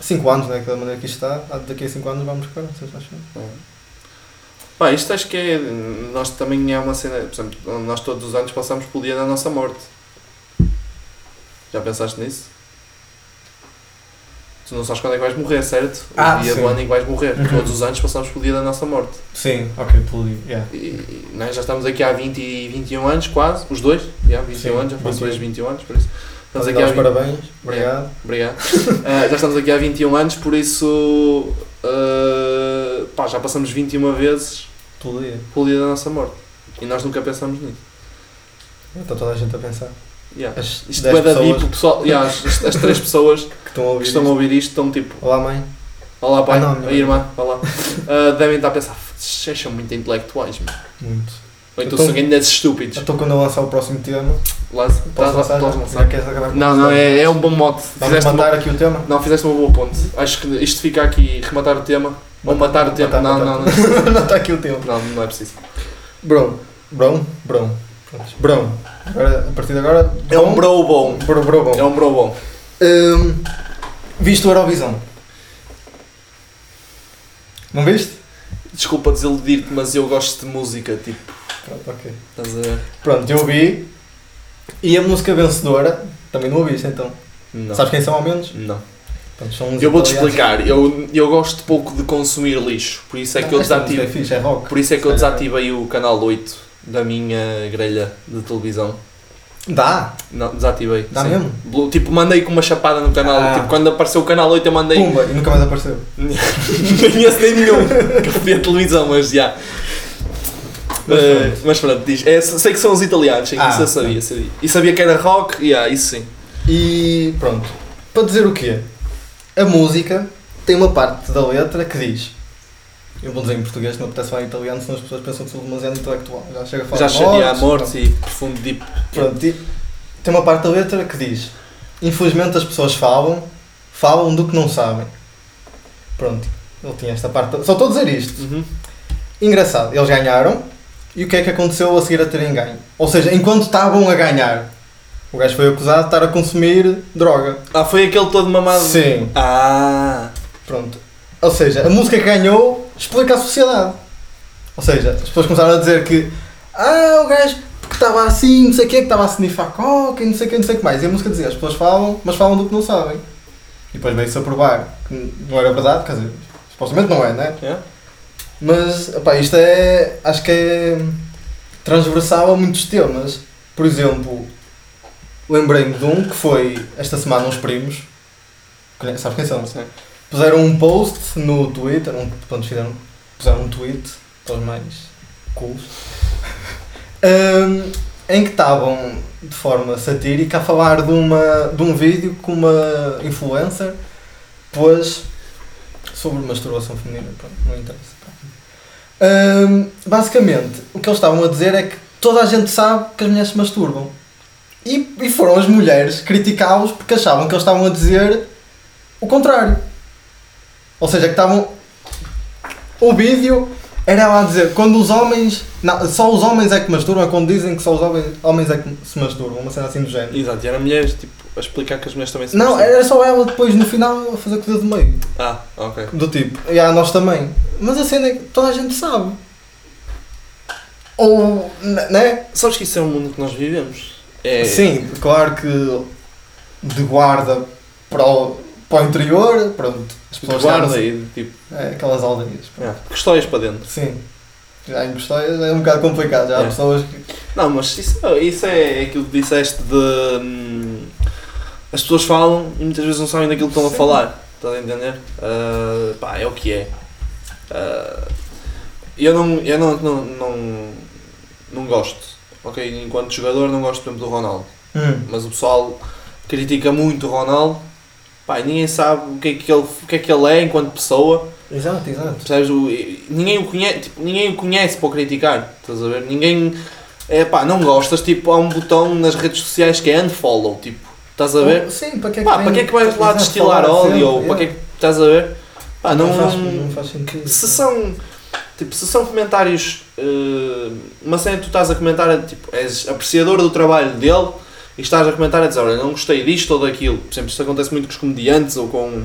A: 5 anos, né? Que da maneira que isto está, ah, daqui a 5 anos vamos ficar, vocês acham?
B: É. Pá, isto acho que é. Nós também é uma cena. Por exemplo, nós todos os anos passamos pelo dia da nossa morte. Já pensaste nisso? Tu não sabes quando é que vais morrer, certo? O
A: Ah,
B: dia
A: sim.
B: do ano em que vais morrer.
A: Uhum.
B: Todos os anos passamos pelo dia da nossa morte.
A: Sim, ok, pelo yeah.
B: E, e nós já estamos aqui há 20 e 21 anos, quase, os dois, já, 21
A: Sim,
B: anos, já foram os
A: 21.
B: dois 21 anos, por isso. Estamos
A: Estamos
B: aqui há 20
A: parabéns, obrigado.
B: Obrigado. [laughs]
A: [laughs]
B: Ah, já estamos aqui há 21 anos, por isso ah, pá, já passamos 21 vezes
A: Pelo dia.
B: pelo dia da nossa morte. E nós nunca pensamos nisso.
A: Está toda a gente a pensar.
B: Yeah.
A: As
B: Isto
A: 10
B: é da
A: pessoas
B: VIP, o pessoal, yeah, as, as- as três
A: [laughs]
B: pessoas
A: que estão a
B: que
A: ouvir.
B: estão a
A: isto.
B: ouvir isto estão tipo,
A: Olá, mãe.
B: olá pai,
A: Ah, não, a minha
B: a irmã,
A: [laughs]
B: olá. Ah, devem estar a pensar, "F- vocês são muito intelectuais, meu.
A: Muito.
B: Ou então
A: Então-
B: são grandes estúpidos.
A: Então, quando eu lançar o próximo tema,
B: Lança-
A: posso
B: estás a-
A: lançar?
B: estás a
A: já?
B: lançar.
A: Já queres acabar com
B: Não,
A: isto?
B: não, é, é um bom mote.
A: Vamos
B: Fizeste
A: matar
B: uma,
A: aqui o tema?
B: não, fizeste uma boa ponte. Acho que isto fica aqui, rematar o tema. Ou matar o tempo.
A: Matar,
B: não,
A: matar.
B: não,
A: [laughs]
B: não,
A: não está aqui o tema.
B: não, não
A: [laughs]
B: é preciso.
A: Bro. Bro? Bro. Prontos. Bro. Agora, a partir de agora.
B: É um bro bom.
A: Bro, bro, bom.
B: É um bro bom.
A: Hum, viste o Eurovisão? Não viste?
B: Desculpa desiludir-te, mas eu gosto de música, tipo,
A: Pronto, ok.
B: estás a ver?
A: Pronto, eu vi. E a música vencedora, também não a viste então.
B: Não.
A: Sabes quem são ao menos?
B: Não.
A: Pronto, são uns
B: Eu vou-te
A: italianos.
B: explicar, eu, eu gosto pouco de consumir lixo, por isso é que eu
A: Ah, esta música
B: desativo.
A: É fixe, é rock.
B: Por isso é que eu
A: Se calhar.
B: desativei o canal 8 da minha grelha de televisão.
A: Dá!
B: Não, desativei.
A: Dá
B: sim.
A: mesmo?
B: Blu- Tipo, mandei com uma chapada no canal.
A: Ah.
B: Tipo, quando apareceu o canal 8 eu mandei.
A: Pumba! E nunca mais apareceu.
B: [laughs] Não conheço nem nenhum que via televisão, mas já.
A: Mas
B: Eh,
A: pronto.
B: mas pronto, diz. É, sei que são os italianos, sim,
A: Ah,
B: isso eu sabia, sabia. E sabia que era rock, yeah, isso sim.
A: E pronto. Para dizer o quê? A música tem uma parte da letra que diz. Eu vou dizer em português, não apetece falar em italiano, senão as pessoas pensam que sou demasiado intelectual. Já chega a falar
B: Já
A: de
B: cheguei a
A: mortes,
B: mortes e profundo deep.
A: Pronto, e tem uma parte da letra que diz: Infelizmente as pessoas falam, falam do que não sabem. Pronto, ele tinha esta parte. Só estou a dizer isto.
B: Uhum.
A: Engraçado, eles ganharam e o que é que aconteceu a seguir a terem ganho? Ou seja, enquanto estavam a ganhar, o gajo foi acusado de estar a consumir droga.
B: Ah, foi aquele todo mamado.
A: Sim,
B: Ah,
A: pronto. Ou seja, a música que ganhou explica a sociedade. Ou seja, as pessoas começaram a dizer que ah, o gajo que estava assim, não sei o quê, que estava a snifar coca e não sei o quê, não sei o que mais. E a música dizia, as pessoas falam, mas falam do que não sabem. E depois veio-se a provar que não era verdade, quer dizer, supostamente não é, né?
B: yeah.
A: Mas, opá, isto é, acho que é transversal a muitos temas. Por exemplo, lembrei-me de um que foi esta semana uns primos, Conhe- sabes quem são?
B: Sim.
A: Puseram um post no Twitter, um, pronto, fizeram, puseram um tweet para os mais cools, [laughs] hum, em que estavam de forma satírica a falar de, uma, de um vídeo que uma influencer pôs sobre masturbação feminina. Pronto, não interessa. pá. Hum, basicamente, o que eles estavam a dizer é que toda a gente sabe que as mulheres se masturbam. E, e foram as mulheres criticá-los porque achavam que eles estavam a dizer o contrário. Ou seja, que estavam. o vídeo era lá a dizer quando os homens. não, só os homens é que masturbam, é quando dizem que só os homens, homens é que se masturbam, uma cena assim do género.
B: Exato, e eram mulheres, tipo, a explicar que as mulheres também se
A: Não,
B: masturbavam.
A: era só ela depois no final a fazer coisa do meio.
B: Ah, ok.
A: Do tipo, e há nós também. Mas a cena é que toda a gente sabe. Ou. n- né?
B: Sabes que isso é um mundo que nós vivemos? É...
A: Sim, claro que de guarda para o, para o interior, pronto. As
B: De
A: pessoas
B: guarda
A: sabem-
B: e de tipo.
A: É, aquelas aldeias. pronto.
B: é, que histórias para dentro.
A: Sim. Já em Custóias é um bocado complicado, já há
B: É.
A: pessoas que.
B: Não, mas isso, isso é aquilo que disseste de. hum, as pessoas falam e muitas vezes não sabem daquilo que estão
A: Sim.
B: a falar. Estás a entender? Ah, pá, é o que é. Ah, eu não, eu não, não, não, não gosto. Ok, enquanto jogador não gosto por exemplo do Ronaldo.
A: Hum.
B: mas o pessoal critica muito o Ronaldo. Pá, e ninguém sabe o que, é que ele, o que é que ele é enquanto pessoa.
A: Exato, exato.
B: Percebes? O- Ninguém o conhece, tipo, ninguém o conhece para o criticar. Estás a ver? Ninguém. É pá, não gostas. Tipo, há um botão nas redes sociais que é unfollow. Tipo, estás a ver?
A: Sim, para que é que,
B: Pá, para que é que vais lá destilar ódio? Ou para que é que. Estás a ver? Pá, não.
A: faz, não faz
B: Que
A: sentido.
B: se são tipo, se são comentários eh, uma cena que tu estás a comentar é, tipo, és apreciador do trabalho dele e estás a comentar a dizer, olha, não gostei disto ou daquilo por exemplo, isto acontece muito com os comediantes ou com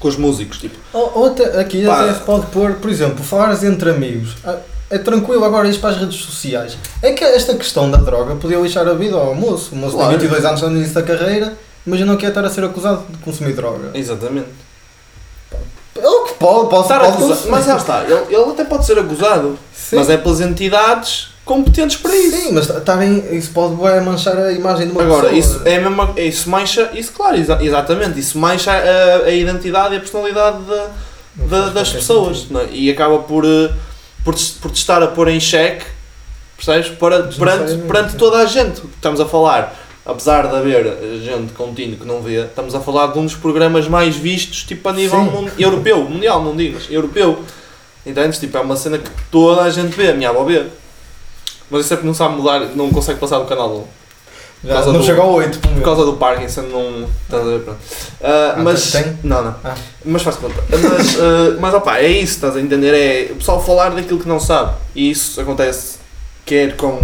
B: com os músicos, tipo
A: Ou, ou até, Oh, aqui
B: Pá.
A: até se pode pôr, por exemplo, falares entre amigos. Ah, É tranquilo agora isto para as redes sociais. É que esta questão da droga podia lixar a vida ao moço. O moço
B: Claro.
A: tem 22 anos, está no início da carreira, mas eu não quero estar a ser acusado de consumir droga.
B: exatamente
A: É o que pode, posso
B: Estar
A: pode
B: acusa-
A: consumir.
B: mas já está, ele, ele até pode ser acusado
A: Sim.
B: mas é pelas entidades competentes para isso
A: Sim, mas estarem, isso pode bué manchar a imagem de uma
B: Agora,
A: pessoa.
B: isso é a mesma, é isso mancha, isso claro, exa- exatamente, isso mancha a, a identidade e a personalidade da-
A: Não
B: da-
A: faz
B: das
A: qualquer
B: pessoas
A: sentido.
B: não é? e acaba por, eh, por, te- por te estar a pôr em xeque, percebes? Para, perante,
A: Desnecessariamente,
B: perante
A: sim.
B: toda a gente que estamos a falar, apesar de haver eh, gente contínuo que não vê, estamos a falar de um dos programas mais vistos tipo a nível
A: Sim.
B: mun- europeu, mundial, não digas, europeu. Entendes? Tipo, é uma cena que toda a gente vê, a minha avó vê. Mas isso é porque não sabe mudar, não consegue passar do canal 1. por
A: Já
B: causa
A: não
B: do-
A: chega ao 8, pelo
B: Por
A: menos.
B: causa do Parkinson não. Estás a ver? Pronto. Ah,
A: Ah,
B: mas.
A: tem?
B: Não, não.
A: Ah.
B: Mas faz conta.
A: [laughs]
B: Mas, ah, mas opá, é isso, estás a entender? É o pessoal falar daquilo que não sabe. E isso acontece quer com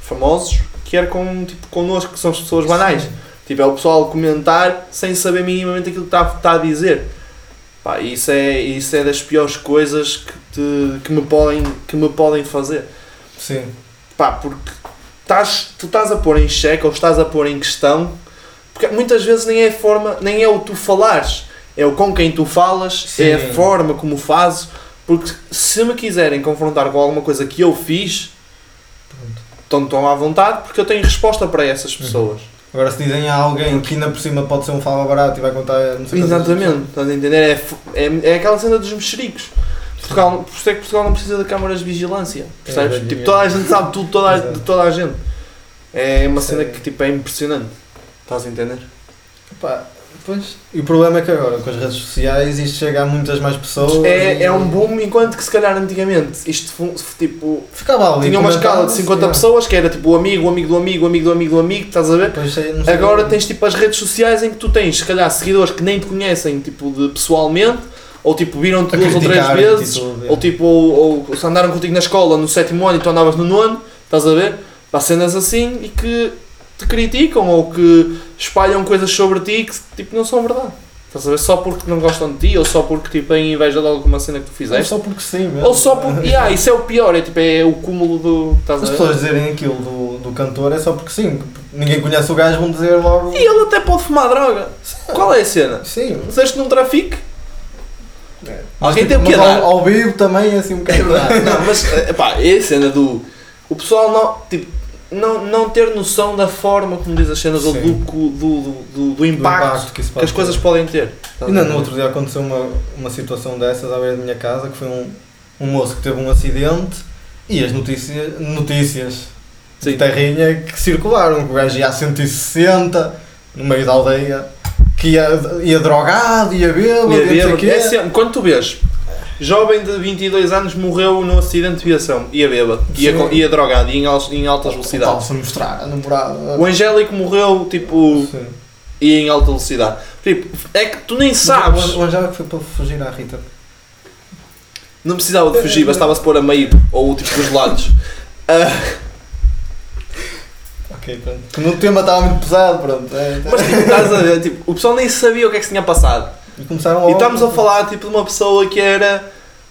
B: famosos, quer com tipo connosco, que são as pessoas banais. Tipo, é o pessoal comentar sem saber minimamente aquilo que está está a dizer. Pá, isso é, isso é das piores coisas que, te- que, me podem, que me podem fazer
A: Sim.
B: pá, porque estás, tu estás a pôr em xeque ou estás a pôr em questão, porque muitas vezes nem é a forma, nem é o tu falares, é o com quem tu falas, é
A: Sim.
B: a forma como fazes, porque se me quiserem confrontar com alguma coisa que eu fiz,
A: Pronto. Uhum.
B: estão, estão à vontade, porque eu tenho resposta para essas pessoas.
A: Agora se dizem a alguém que ainda por cima pode ser um fava barato e vai contar não sei quantas-
B: Exatamente, estás a entender? É, f- é, é aquela cena dos mexericos. Portugal, por isso é que Portugal não precisa de câmaras de vigilância, percebes?
A: verdade.
B: tipo, toda a gente sabe tudo toda a,
A: É, Exato.
B: de toda a gente. É uma
A: Isso
B: cena
A: é-
B: que tipo, é impressionante. Estás a entender?
A: Pá, pois. E o problema é que agora com as redes sociais isto chega a muitas mais pessoas.
B: É,
A: e-
B: é um boom, enquanto que se calhar antigamente isto fu- tipo.
A: Ficava ali.
B: Tinha uma escala de
A: comentava-se,
B: 50
A: yeah.
B: pessoas que era tipo o amigo, o amigo do amigo, o amigo do amigo do amigo, estás a ver?
A: Depois sei- é, não sei-
B: Agora tens tipo as redes sociais em que tu tens, se calhar, seguidores que nem te conhecem tipo, de, pessoalmente, ou tipo viram-te
A: A
B: duas ou três
A: criticar-te e
B: vezes,
A: tudo, é.
B: ou tipo, ou, ou se andaram contigo na escola no sétimo ano e tu andavas no nono, estás a ver? Há cenas assim e que te criticam ou que espalham coisas sobre ti que tipo não são verdade. Estás a ver? Só porque não gostam de ti, ou só porque tipo, têm inveja de alguma cena que tu
A: Ou
B: fizeste.
A: só porque sim, mesmo.
B: Ou só porque. é? Ah, isso é o pior, é tipo, é o cúmulo do. Estás
A: As
B: a ver?
A: pessoas dizerem aquilo do, do cantor é só porque sim. Ninguém conhece o gajo, vão dizer logo.
B: E ele até pode fumar droga. Qual é a cena?
A: Sim.
B: Dizeste num trafique?
A: É.
B: Alguém tem o que
A: Mas
B: dar.
A: ao, ao vivo também é assim um
B: É
A: bocado.
B: verdade. não, mas eh, pá, é a cena do. O pessoal não, tipo, não, não ter noção da forma como diz as cenas ou do,
A: Sim.
B: do, do, do, do
A: Do
B: impacto
A: que, isso
B: que
A: pode
B: as
A: ter.
B: coisas podem ter. Tá
A: Ainda no outro dia aconteceu uma, uma situação dessas à beira da minha casa, que foi um, um moço que teve um acidente e as notícias, notícias de
B: Sim.
A: terrinha é que circularam, que o gajo ia a 160 no meio da aldeia, que ia, ia drogado, ia bêbado, ia, não
B: Ia
A: sei o
B: bêbado. É
A: quê.
B: sempre- Quando tu vês, jovem de 22 anos morreu num acidente de viação, ia bêbado, ia,
A: Sim.
B: com- ia drogado, ia em, al- em
A: Tal,
B: altas velocidades.
A: se mostrar a namorada.
B: O Angélico morreu, tipo,
A: Sim.
B: ia em alta velocidade. Tipo, é que tu nem sabes.
A: O, o Angélico foi para fugir à Rita.
B: Não precisava de fugir, bastava-se pôr a meio ou tipo dos lados. Ah,
A: Ok, pronto. Que no tema estava muito pesado, pronto. É,
B: mas tipo, estás a ver, tipo, o pessoal nem sabia o que é que se tinha passado.
A: E começaram logo.
B: E estamos a falar tipo, de uma pessoa que era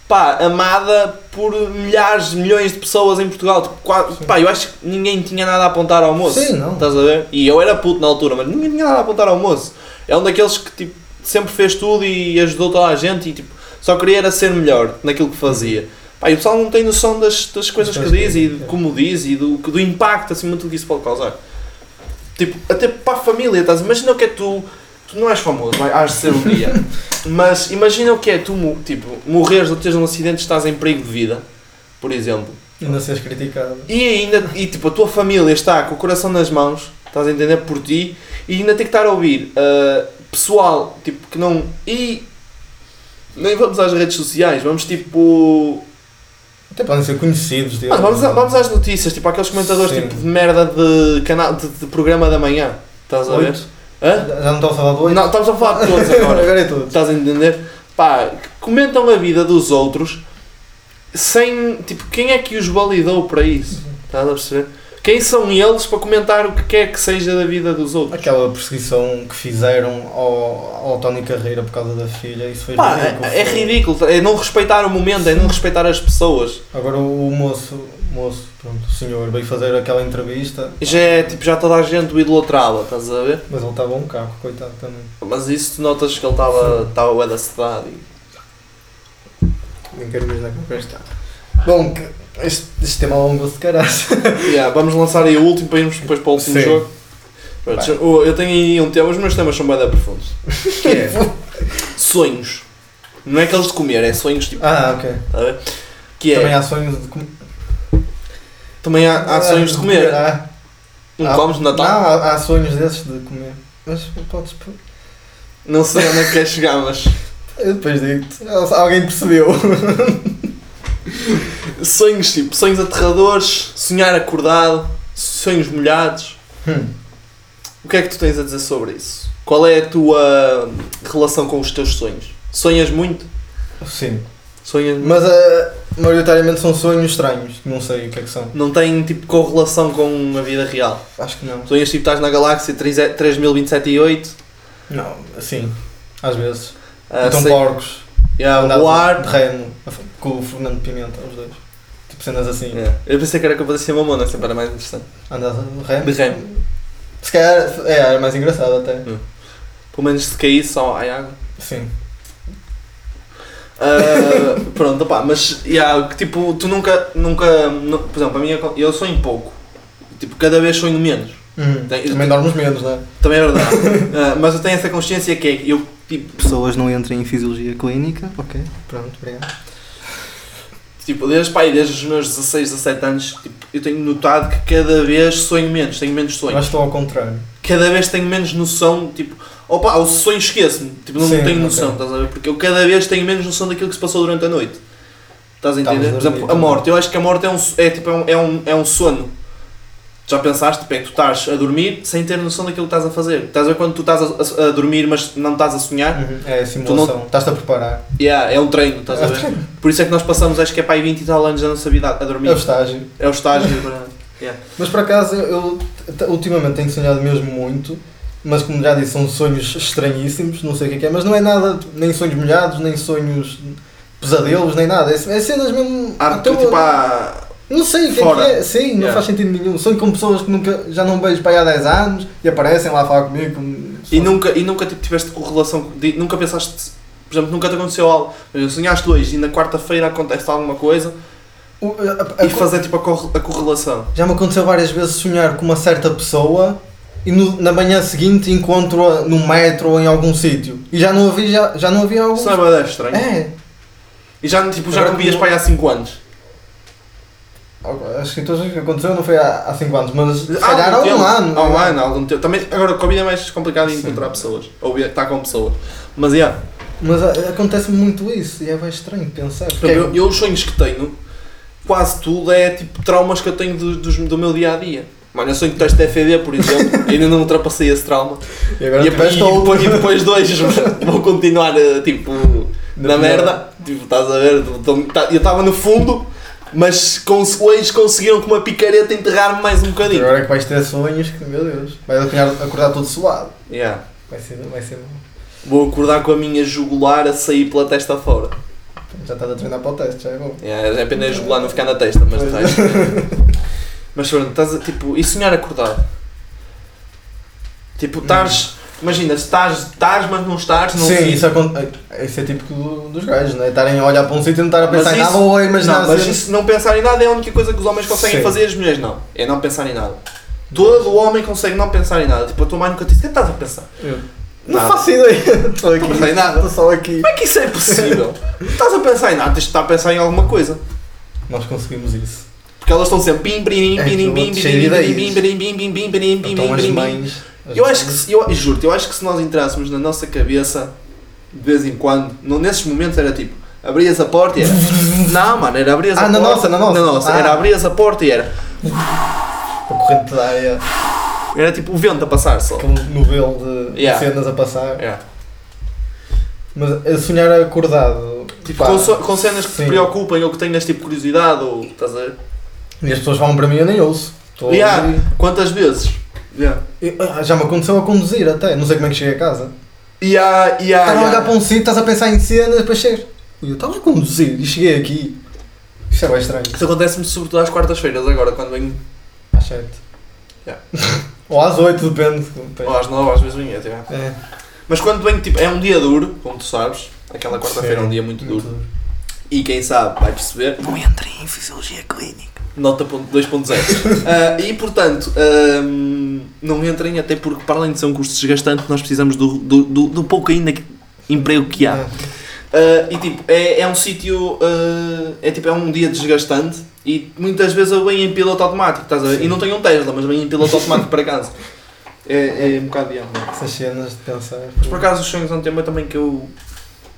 B: pá, amada por milhares, milhões de pessoas em Portugal. Tipo, quase- pá, eu acho que ninguém tinha nada a apontar ao moço.
A: Sim, não.
B: Estás a ver? E eu era puto na altura, mas ninguém tinha nada a apontar ao moço. É um daqueles que tipo, sempre fez tudo e ajudou toda a gente e tipo, só queria era ser melhor naquilo que
A: Uhum.
B: fazia. Pá, e o pessoal não tem noção das, das coisas que
A: coisas que
B: diz e
A: diz,
B: de
A: é.
B: como diz e do, do impacto acima de tudo que isso pode causar. Tipo, até para a família, estás? Imagina o que é tu. Tu não és famoso, vai, has de ser um dia. Mas imagina o que é tu, mo- tipo, morreres ou teres um acidente estás em perigo de vida, por exemplo.
A: Ainda seres criticado.
B: E ainda, e tipo, a tua família está com o coração nas mãos, estás a entender, por ti, e ainda tem que estar a ouvir ah, pessoal, tipo, que não... E nem vamos às redes sociais, vamos tipo...
A: Até podem ser conhecidos deles.
B: Mano, vamos, a- vamos às notícias, tipo, aqueles comentadores
A: Sim.
B: tipo, de merda de, canal, de, de programa da manhã, estás a ver?
A: Oito.
B: Hã?
A: Já não estou a falar de oito?
B: Não, estamos a falar de todos agora. [laughs]
A: Agora é todos.
B: Estás a entender? Pá, que comentam a vida dos outros sem. Tipo, quem é que os validou para isso? Estás a perceber? Quem são eles para comentar o que quer que seja da vida dos outros?
A: Aquela perseguição que fizeram ao, ao Tony Carreira por causa da filha, isso foi
B: Pá,
A: ridículo.
B: é, é ridículo. É não respeitar o momento, é não respeitar as pessoas.
A: Agora o moço, moço, pronto, o senhor veio fazer aquela entrevista,
B: Já é tipo, já toda a gente o idolatrava, estás a ver?
A: mas ele estava um carro, coitado também.
B: Mas isso tu notas que ele estava estava bué da cidade.
A: Nem quero mais dar conversa. Bom, que este, este tema alongou-se de caralho.
B: Yeah, vamos lançar aí o último para irmos depois para o último
A: Sim.
B: jogo. Pronto,
A: Vai.
B: já- oh, eu tenho aí um tema, os meus temas são bem da profundos. Que é sonhos. Não é aqueles de comer, é sonhos
A: [laughs]
B: tipo.
A: Ah, ok.
B: tá a ver? Que é.
A: Também há sonhos de comer.
B: Também há, há sonhos de comer.
A: Ah,
B: Não
A: há-
B: comes de
A: Não,
B: Natal?
A: há, há sonhos desses de comer. Mas podes.
B: Não. sei onde é que queres chegar, mas.
A: Eu depois digo-te. Alguém percebeu. [laughs]
B: Sonhos tipo, sonhos aterradores, sonhar acordado, sonhos molhados.
A: Hum.
B: O que é que tu tens a dizer sobre isso? Qual é a tua relação com os teus sonhos? Sonhas muito?
A: Sim.
B: Sonhas muito?
A: Mas ah, maioritariamente são sonhos estranhos, que não sei o que é que são.
B: Não tem tipo correlação com a vida real?
A: Acho que não.
B: Sonhas tipo estás na galáxia 3 3027 e 8,
A: Não, assim, às vezes.
B: a
A: então
B: ah, sei-
A: porcos.
B: yeah,
A: andar
B: voar.
A: De remo, a f- com o Fernando Pimenta, os dois. Tipo cenas assim.
B: Yeah. Eu pensei que era que eu fazia mamona, sempre era mais interessante.
A: Andar de remo.
B: De remo.
A: Se calhar é, era mais engraçado até.
B: Pelo menos se caísse só ai água.
A: Sim.
B: Ah, [laughs] pronto, pá, mas yeah, que, tipo, tu nunca, nunca, nu- por exemplo, a minha, co- eu sonho pouco. Tipo, cada vez sonho menos.
A: Hum,
B: Tem-
A: Também dormes menos, não é?
B: Também é verdade. Ah, mas eu tenho essa consciência que é que eu tipo,
A: Pessoas não entram em fisiologia clínica. Ok, pronto, obrigado.
B: Tipo, desde, pá, aí desde os meus 16, 17 anos, tipo, eu tenho notado que cada vez sonho menos, tenho menos
A: Eu
B: sonhos.
A: acho que estou ao contrário.
B: cada vez tenho menos noção, tipo, opa, o sonho esquece-me, tipo, não
A: Sim,
B: tenho
A: ok.
B: noção, estás a ver? Porque eu cada vez tenho menos noção daquilo que se passou durante a noite. Estás
A: Estavas
B: a
A: então.
B: entender? Por
A: dormido
B: exemplo, a
A: também.
B: morte, eu acho que a morte é um, é, tipo, é um, é um, é um sono. Já pensaste, tipo, é que tu estás a dormir sem ter noção daquilo que estás a fazer. Estás a ver quando tu estás a, a- a dormir, mas não estás a sonhar?
A: Uhum, É a simulação. Estás-te a preparar.
B: Yeah, é um treino, estás a ver? Por isso é que nós passamos, acho que é para aí 20 e tal anos da nossa vida a a dormir.
A: É o estágio.
B: É o estágio. para-
A: Mas por acaso eu t- ultimamente tenho sonhado mesmo muito, mas como já disse, são sonhos estranhíssimos, não sei o que é que é, mas não é nada, nem sonhos molhados, nem sonhos pesadelos, nem nada. É, é cenas mesmo.
B: Há,
A: à toa.
B: tipo, há,
A: Não sei o que
B: Fora.
A: é que é, sim, não
B: Yeah.
A: faz sentido nenhum. Sonho com pessoas que nunca já não vejo para aí há 10 anos e aparecem lá a falar comigo. como-
B: E nunca, e nunca tipo, tiveste correlação, de- nunca pensaste, por exemplo, nunca te aconteceu algo, mas sonhaste hoje e na quarta-feira acontece alguma coisa
A: O- a- a-
B: e fazer tipo a, corre- a correlação.
A: Já me aconteceu várias vezes sonhar com uma certa pessoa e no- na manhã seguinte encontro-a no metro ou em algum sítio. E já não a vi, já, já não havia algum.
B: Isso não é bué de estranho.
A: É,
B: E já, tipo, já
A: Agora
B: não vias
A: como-
B: para aí há 5 anos.
A: As situações que aconteceu não foi há 5 anos, mas se
B: Há
A: calhar há
B: algum
A: um
B: tempo.
A: ano.
B: Ah, Há um ano, há algum tempo. Também, agora, com a vida é mais complicado de
A: Sim.
B: encontrar pessoas, ou estar com pessoas. Mas, yeah,
A: Mas ah, acontece muito isso e é bem estranho pensar.
B: por exemplo, eu, eu os sonhos que tenho, quase tudo é tipo traumas que eu tenho do, dos- do meu dia-a-dia. Mano, eu sonho que teste TFD, por exemplo, [laughs] ainda não ultrapassei esse trauma.
A: é- e [laughs] agora
B: e, é
A: tiveste
B: e
A: outro.
B: [laughs] depois, e depois dois vou continuar eh, tipo na merda. Tipo, estás a ver? Então, tá- Eu estava no fundo, mas cons- eles conseguiram com uma picareta enterrar-me mais um bocadinho.
A: Agora é que vais ter sonhos que, meu Deus, vais acordar, acordar todo suado.
B: Yeah.
A: Vai ser, vai ser bom.
B: Vou acordar com a minha jugular a sair pela testa fora.
A: Já estás a treinar para o teste, já é bom.
B: Yeah, é apenas a jugular não ficar na testa, mas de resto. Mas Fernando, estás a, tipo, e sonhar acordado?
A: [clears throat]
B: Tipo, estás. Imagina, se estás, estás, mas não estás, não
A: Sim,
B: sei.
A: isso, acon- isso é típico do- dos gajos, não é? Estarem a olhar para um sítio e não estar a
B: Mas
A: pensar em
B: isso-
A: nada ou a imaginar
B: Não, mas
A: cenas.
B: isso, não pensar em nada é a única coisa que os homens conseguem
A: Sim.
B: fazer, as mulheres não. É não pensar em nada. Todo o homem consegue não pensar em nada. Tipo, a tua mãe nunca te disse: o que é que estás a pensar?
A: Eu. Não
B: Nada.
A: faço ideia. Estou aqui.
B: Não sei nada.
A: Estou só aqui.
B: Como é que isso é
A: [laughs]
B: possível? não estás a pensar em nada, tens de estar a pensar em alguma coisa.
A: Nós conseguimos isso.
B: Porque elas estão sempre bim, bim,
A: É,
B: bim, bim, bim, bim,
A: cheio de
B: bim,
A: ideias.
B: bim, bim, bim, bim, bim, bim, bim,
A: Então as
B: bim, bim.
A: mães. as
B: Eu acho que,
A: mães-
B: se- eu, juro-te, eu acho que se nós entrássemos na nossa cabeça de vez em quando, não, nesses momentos era tipo, abrias a porta e
A: [laughs]
B: era. Não, mano, era abrias a
A: Ah, na nossa,
B: porta.
A: na nossa. Ah.
B: era abrias a porta e era.
A: A corrente da área,
B: Era tipo o vento a passar só.
A: aquele novelo de
B: Yeah.
A: cenas a passar.
B: É.
A: Mas a sonhar acordado.
B: Tipo,
A: pá,
B: com, so- com cenas que te
A: sim.
B: preocupem ou que tenhas tipo curiosidade ou. Estás a ver?
A: E as pessoas falam para mim e eu nem ouço. Estou
B: Yeah.
A: ali.
B: Quantas vezes? Yeah.
A: E, ah, Já me aconteceu a conduzir até, não sei como é que cheguei a casa.
B: E há. E há.
A: Estás a olhar para
B: e há-
A: um sítio, estás a pensar em cenas, depois chegas. E eu estava a conduzir e cheguei aqui. Isto é bem estranho.
B: Isso acontece-me sobretudo às quartas-feiras agora, quando venho.
A: Às 7.
B: Yeah.
A: [laughs] Ou às 8, depende.
B: Ou às nove, às vezes venho. até.
A: É.
B: Mas quando venho, tipo, é um dia duro, como tu sabes. Aquela quarta-feira é um dia muito duro. E quem sabe vai perceber. Não entra em fisiologia clínica. Nota ponto- [laughs] 2.0. Ah, e portanto, ahm, não entrem, até porque para além de ser um curso desgastante, nós precisamos do, do, do- do pouco ainda que- emprego que há. Ah, e tipo, é, é um sítio. ah, é tipo, é um dia desgastante e muitas vezes eu venho em piloto automático, estás a ver?
A: Sim.
B: E não tenho um Tesla, mas venho em piloto automático para casa. É, é um bocado diabo. não é?
A: Essas cenas de pensar.
B: Mas por acaso os sonhos é um tema também que eu.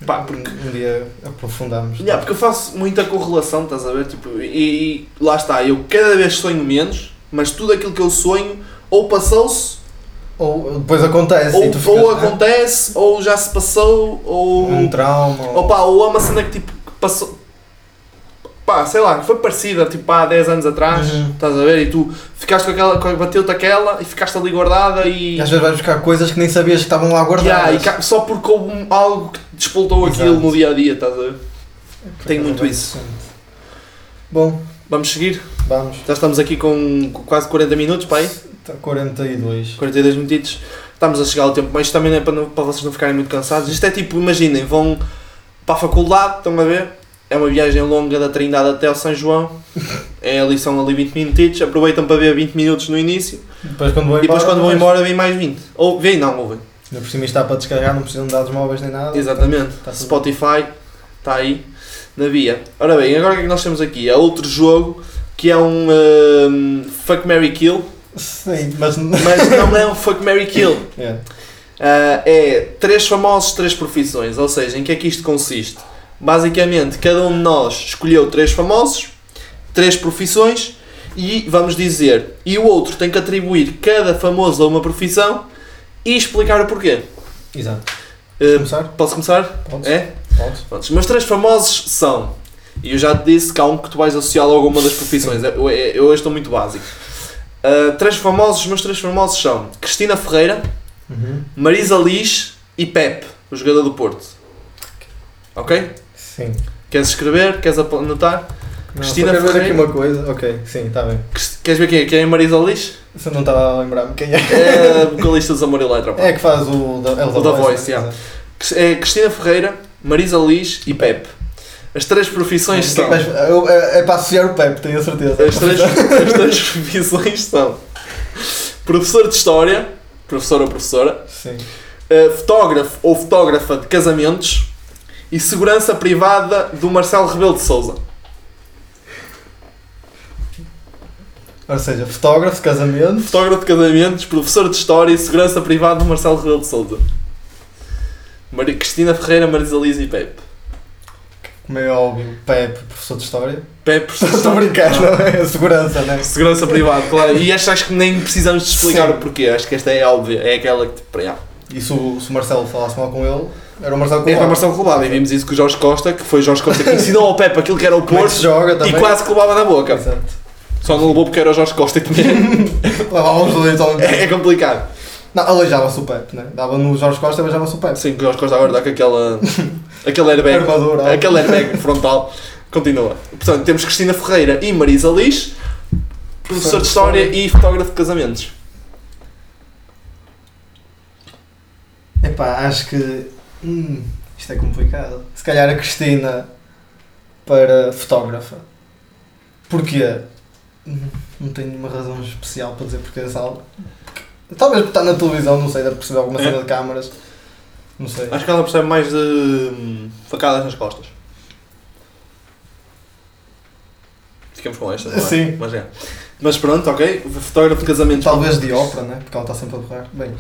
B: Pá, porque
A: Um dia aprofundamos.
B: Yeah, porque eu faço muita correlação, estás a ver? Tipo, e, e lá está, eu cada vez sonho menos, mas tudo aquilo que eu sonho ou passou-se,
A: Ou depois acontece
B: ou,
A: e tu ficas,
B: ou
A: "Ah,
B: acontece, ou já se passou, ou.
A: um trauma.
B: ou pá, ou há uma cena que tipo que passou. Pá, sei lá, que foi parecida tipo há 10 anos atrás,
A: Uhum.
B: estás a ver? E tu ficaste com aquela, com- bateu-te aquela e ficaste ali guardada e.
A: E às vezes vais buscar coisas que nem sabias que estavam lá guardadas.
B: Yeah, e ca- só porque houve um- algo que despoltou aquilo
A: Exato.
B: no dia a dia, estás a ver? Tenho muito
A: Bem
B: isso.
A: interessante. Bom,
B: Vamos seguir?
A: vamos. Tá,
B: Já estamos aqui com quase 40 minutos, pai.
A: Está 42.
B: 42 minutitos. Estamos a chegar ao tempo, mas isto também não é para, não- para vocês não ficarem muito cansados. Isto é tipo, imaginem, vão para a faculdade, estão a ver? É uma viagem longa da Trindade até ao
A: [laughs]
B: São João. É ali, são ali 20 minutitos. Aproveitam para ver 20 minutos no início.
A: Depois quando vão
B: E depois
A: embora.
B: quando vão embora, vêm mais 20. Ou vêm, não, ouvem.
A: Ainda por cima isto está para descarregar, não precisam de dados móveis nem nada.
B: Exatamente.
A: Tá tudo-
B: Spotify está aí na via. Ora bem, agora o que é que nós temos aqui? É outro jogo que é um hum, Fuck Mary Kill,
A: Sim, mas.
B: mas não é um Fuck Mary Kill.
A: É.
B: Ah, é três famosos, três profissões. Ou seja, em que é que isto consiste? Basicamente, cada um de nós escolheu três famosos, três profissões e vamos dizer. E o outro tem que atribuir cada famoso a uma profissão e explicar o porquê.
A: Exato. Queres
B: Ah,
A: começar?
B: posso começar?
A: Podes?
B: É?
A: Podes.
B: Pronto, os meus três famosos são. E eu já te disse que há um que tu vais associar logo a alguma das profissões. Eu, eu- eu hoje estou muito básico. Ah, três famosos, os meus três famosos são Cristina Ferreira,
A: Uhum.
B: Marisa Liz e Pep, o jogador do Porto. Ok?
A: Sim.
B: Queres escrever? Queres apo- anotar?
A: Não,
B: Cristina
A: só quero ver aqui
B: Ferreira.
A: uma coisa. Ok, sim, está bem.
B: Queres- Queres ver quem é? Quem é a Marisa Liz?
A: Você não estava a lembrar-me quem é.
B: É a vocalista dos Amor Eletra. pá.
A: É que faz o da, é
B: O da Voice,
A: né?
B: yeah. É Cristina Ferreira, Marisa Liz e Pep. As três profissões
A: Exato.
B: são.
A: Mas, eu- é, é para associar o Pepe, tenho a certeza.
B: As três, as três [laughs] profissões são professor de história, professor ou professora,
A: Sim.
B: eh, fotógrafo ou fotógrafa de casamentos e segurança privada do Marcelo Rebelo de Souza.
A: Ou seja, fotógrafo, casamento.
B: Fotógrafo de casamentos, professor de história e segurança privada do Marcelo Rebelo de Souza. Mari- Cristina Ferreira, Marisa Liz e Pepe.
A: Como é óbvio, Pepe, professor de história.
B: Pepe,
A: [laughs]
B: professor de
A: Estou a
B: história.
A: brincar, não é? Segurança, né?
B: Segurança privada,
A: [laughs]
B: claro. E esta acho que nem precisamos de explicar
A: Sim.
B: o porquê. Acho que esta é óbvia. É aquela que, tipo, para já.
A: E se o, se o Marcelo falasse mal com ele, Era o Marcelo
C: Era o
A: Colasso.
C: Marcelo que roubava e vimos isso com o Jorge Costa, que foi Jorge Costa que ensinou ao Pepe aquilo que era o
A: Como é que se
C: Porto
A: joga
C: e
A: também?
C: quase que roubava na boca.
A: Exato. [laughs]
C: Só não levou porque era o Jorge Costa que tinha.
A: Levava os dois ao
C: é, é complicado.
A: Não, aleijava-se o Pepe, né? Dava no Jorge Costa e aleijava-se o Pepe.
C: Sim, que o Jorge Costa agora dá com
A: [laughs]
C: aquela. aquele airbag.
A: Armadura, algo.
C: aquele
B: é
C: airbag frontal. Continua. Portanto, temos Cristina Ferreira e Marisa Liz, professor de História e fotógrafo de casamentos.
A: Epá, acho que. Hum, isto é complicado. Se calhar a Cristina para fotógrafa. Porquê? Hum, Não tenho uma razão especial para dizer porque essa aula. Talvez por estar na televisão, não sei, deve perceber alguma
B: É.
A: cena de câmaras. Não sei.
B: Acho que ela percebe mais de hum, facadas nas costas. Ficamos com esta, não é?
A: Sim.
B: Mas é. Mas pronto, ok. Fotógrafo de casamentos.
A: Talvez de ópera, né? Porque ela está sempre a borrar. Bem.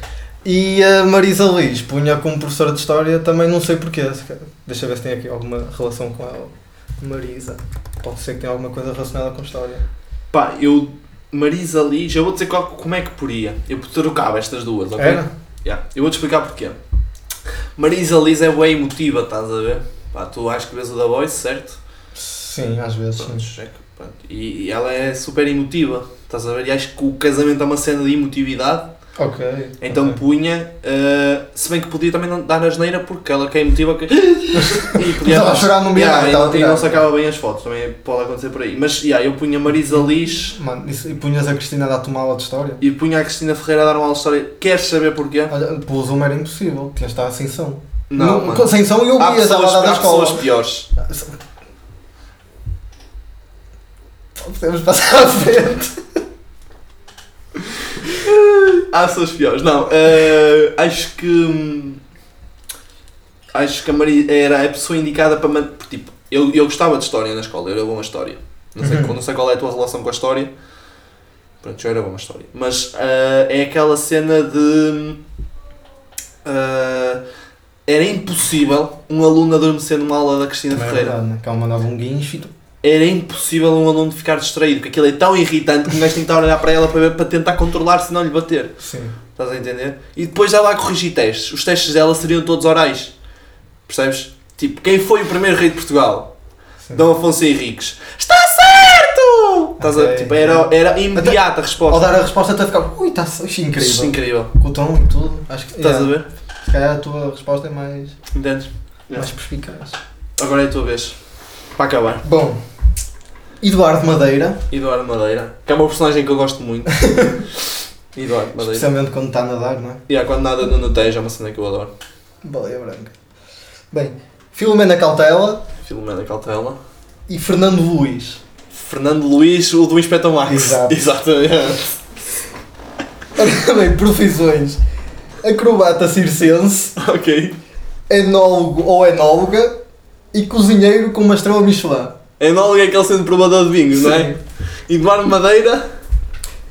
A: E a Marisa Liz punha como professora de História, também não sei porquê. se calhar- Deixa eu ver se tem aqui alguma relação com ela. Marisa. Pode ser que tenha alguma coisa relacionada com História.
B: Pá, eu. Marisa Liz, eu vou dizer qual, como é que poria. Eu trocava estas duas, ok?
A: Era?
B: Yeah, Eu vou-te explicar porquê. Marisa Liz é bem emotiva, estás a ver? Pá, tu acho que vês o da Voice, certo?
A: Sim, às vezes.
B: Pronto,
A: Sim.
B: checa, pronto. E, e ela é super emotiva, estás a ver? E acho que o casamento é uma cena de emotividade,
A: Ok.
B: então
A: ok.
B: punha. eh, se bem que podia também não dar asneira, porque ela que é emotiva. Que... [laughs] e
A: Estava a chorar no meio,
B: yeah, e,
A: estava a
B: não, e
A: tirar.
B: não sacava bem as fotos, também pode acontecer por aí. Mas yeah, eu punha Marisa Liz
A: Mano, isso, e punhas a Cristina a dar-te uma aula de História?
B: e punha a Cristina Ferreira a dar uma aula de história. Queres saber porquê?
A: Olha, pelo Zoom era impossível, tinhas de estar sem som.
B: Não,
A: Não,
B: mano.
A: sem som eu
B: Há
A: via a
B: pessoas,
A: aula da
B: há
A: escola.
B: pessoas piores.
A: Podemos passar à frente.
B: Há pessoas Ah, piores. Não, eh, acho que. hum, Acho que a Maria era a pessoa indicada para. man- porque, Tipo, eu, eu gostava de história na escola, eu era bom a história. Não sei,
A: Uhum.
B: não sei qual é a tua relação com a história. Pronto, eu era bom a história. Mas eh, é aquela cena de. hum, eh, era impossível um aluno adormecer numa aula da Cristina
A: Também é
B: Ferreira.
A: verdade, né? Que ela mandava um guincho e tu.
B: Era impossível um aluno ficar distraído, porque aquilo é tão irritante que um gajo tem que estar a olhar para ela para, ver- para tentar controlar se não lhe bater.
A: Sim.
B: Estás a entender? E depois ela a corrigir testes. Os testes dela seriam todos orais. Percebes? Tipo, quem foi o primeiro rei de Portugal?
A: sim.
B: Dom Afonso Henriques. Está certo! Estás a,
A: Ok.
B: tipo, era, era imediata
A: Ao
B: a resposta.
A: dar a resposta até ficava, ui, está
B: Isto é
A: incrível.
B: incrível.
A: Com o tom e tudo, acho que
B: Estás
A: yeah,
B: a ver?
A: se calhar a tua resposta é mais,
B: Entendes? Yeah.
A: mais perspicaz.
B: Agora é a tua vez. Para acabar.
A: Bom, Eduardo Madeira,
B: Eduardo Madeira. Que é uma personagem que eu
A: [laughs]
B: gosto muito. Eduardo Madeira.
A: especialmente quando está a nadar, não é?
B: E yeah, quando nada no Tejo é uma cena que eu adoro.
A: Baleia branca. Bem, Filomena Cautela
B: Filomena Cautela.
A: e Fernando Luís. [laughs]
B: Fernando Luís, o do Inspector Max.
A: Exato.
B: [laughs] Exatamente.
A: Ora bem, profissões. Acrobata circense,
B: ok.
A: enólogo ou enóloga e cozinheiro com uma estrela Michelin.
B: Enólogo é aquele sendo provador de vinhos, não é? Eduardo Madeira?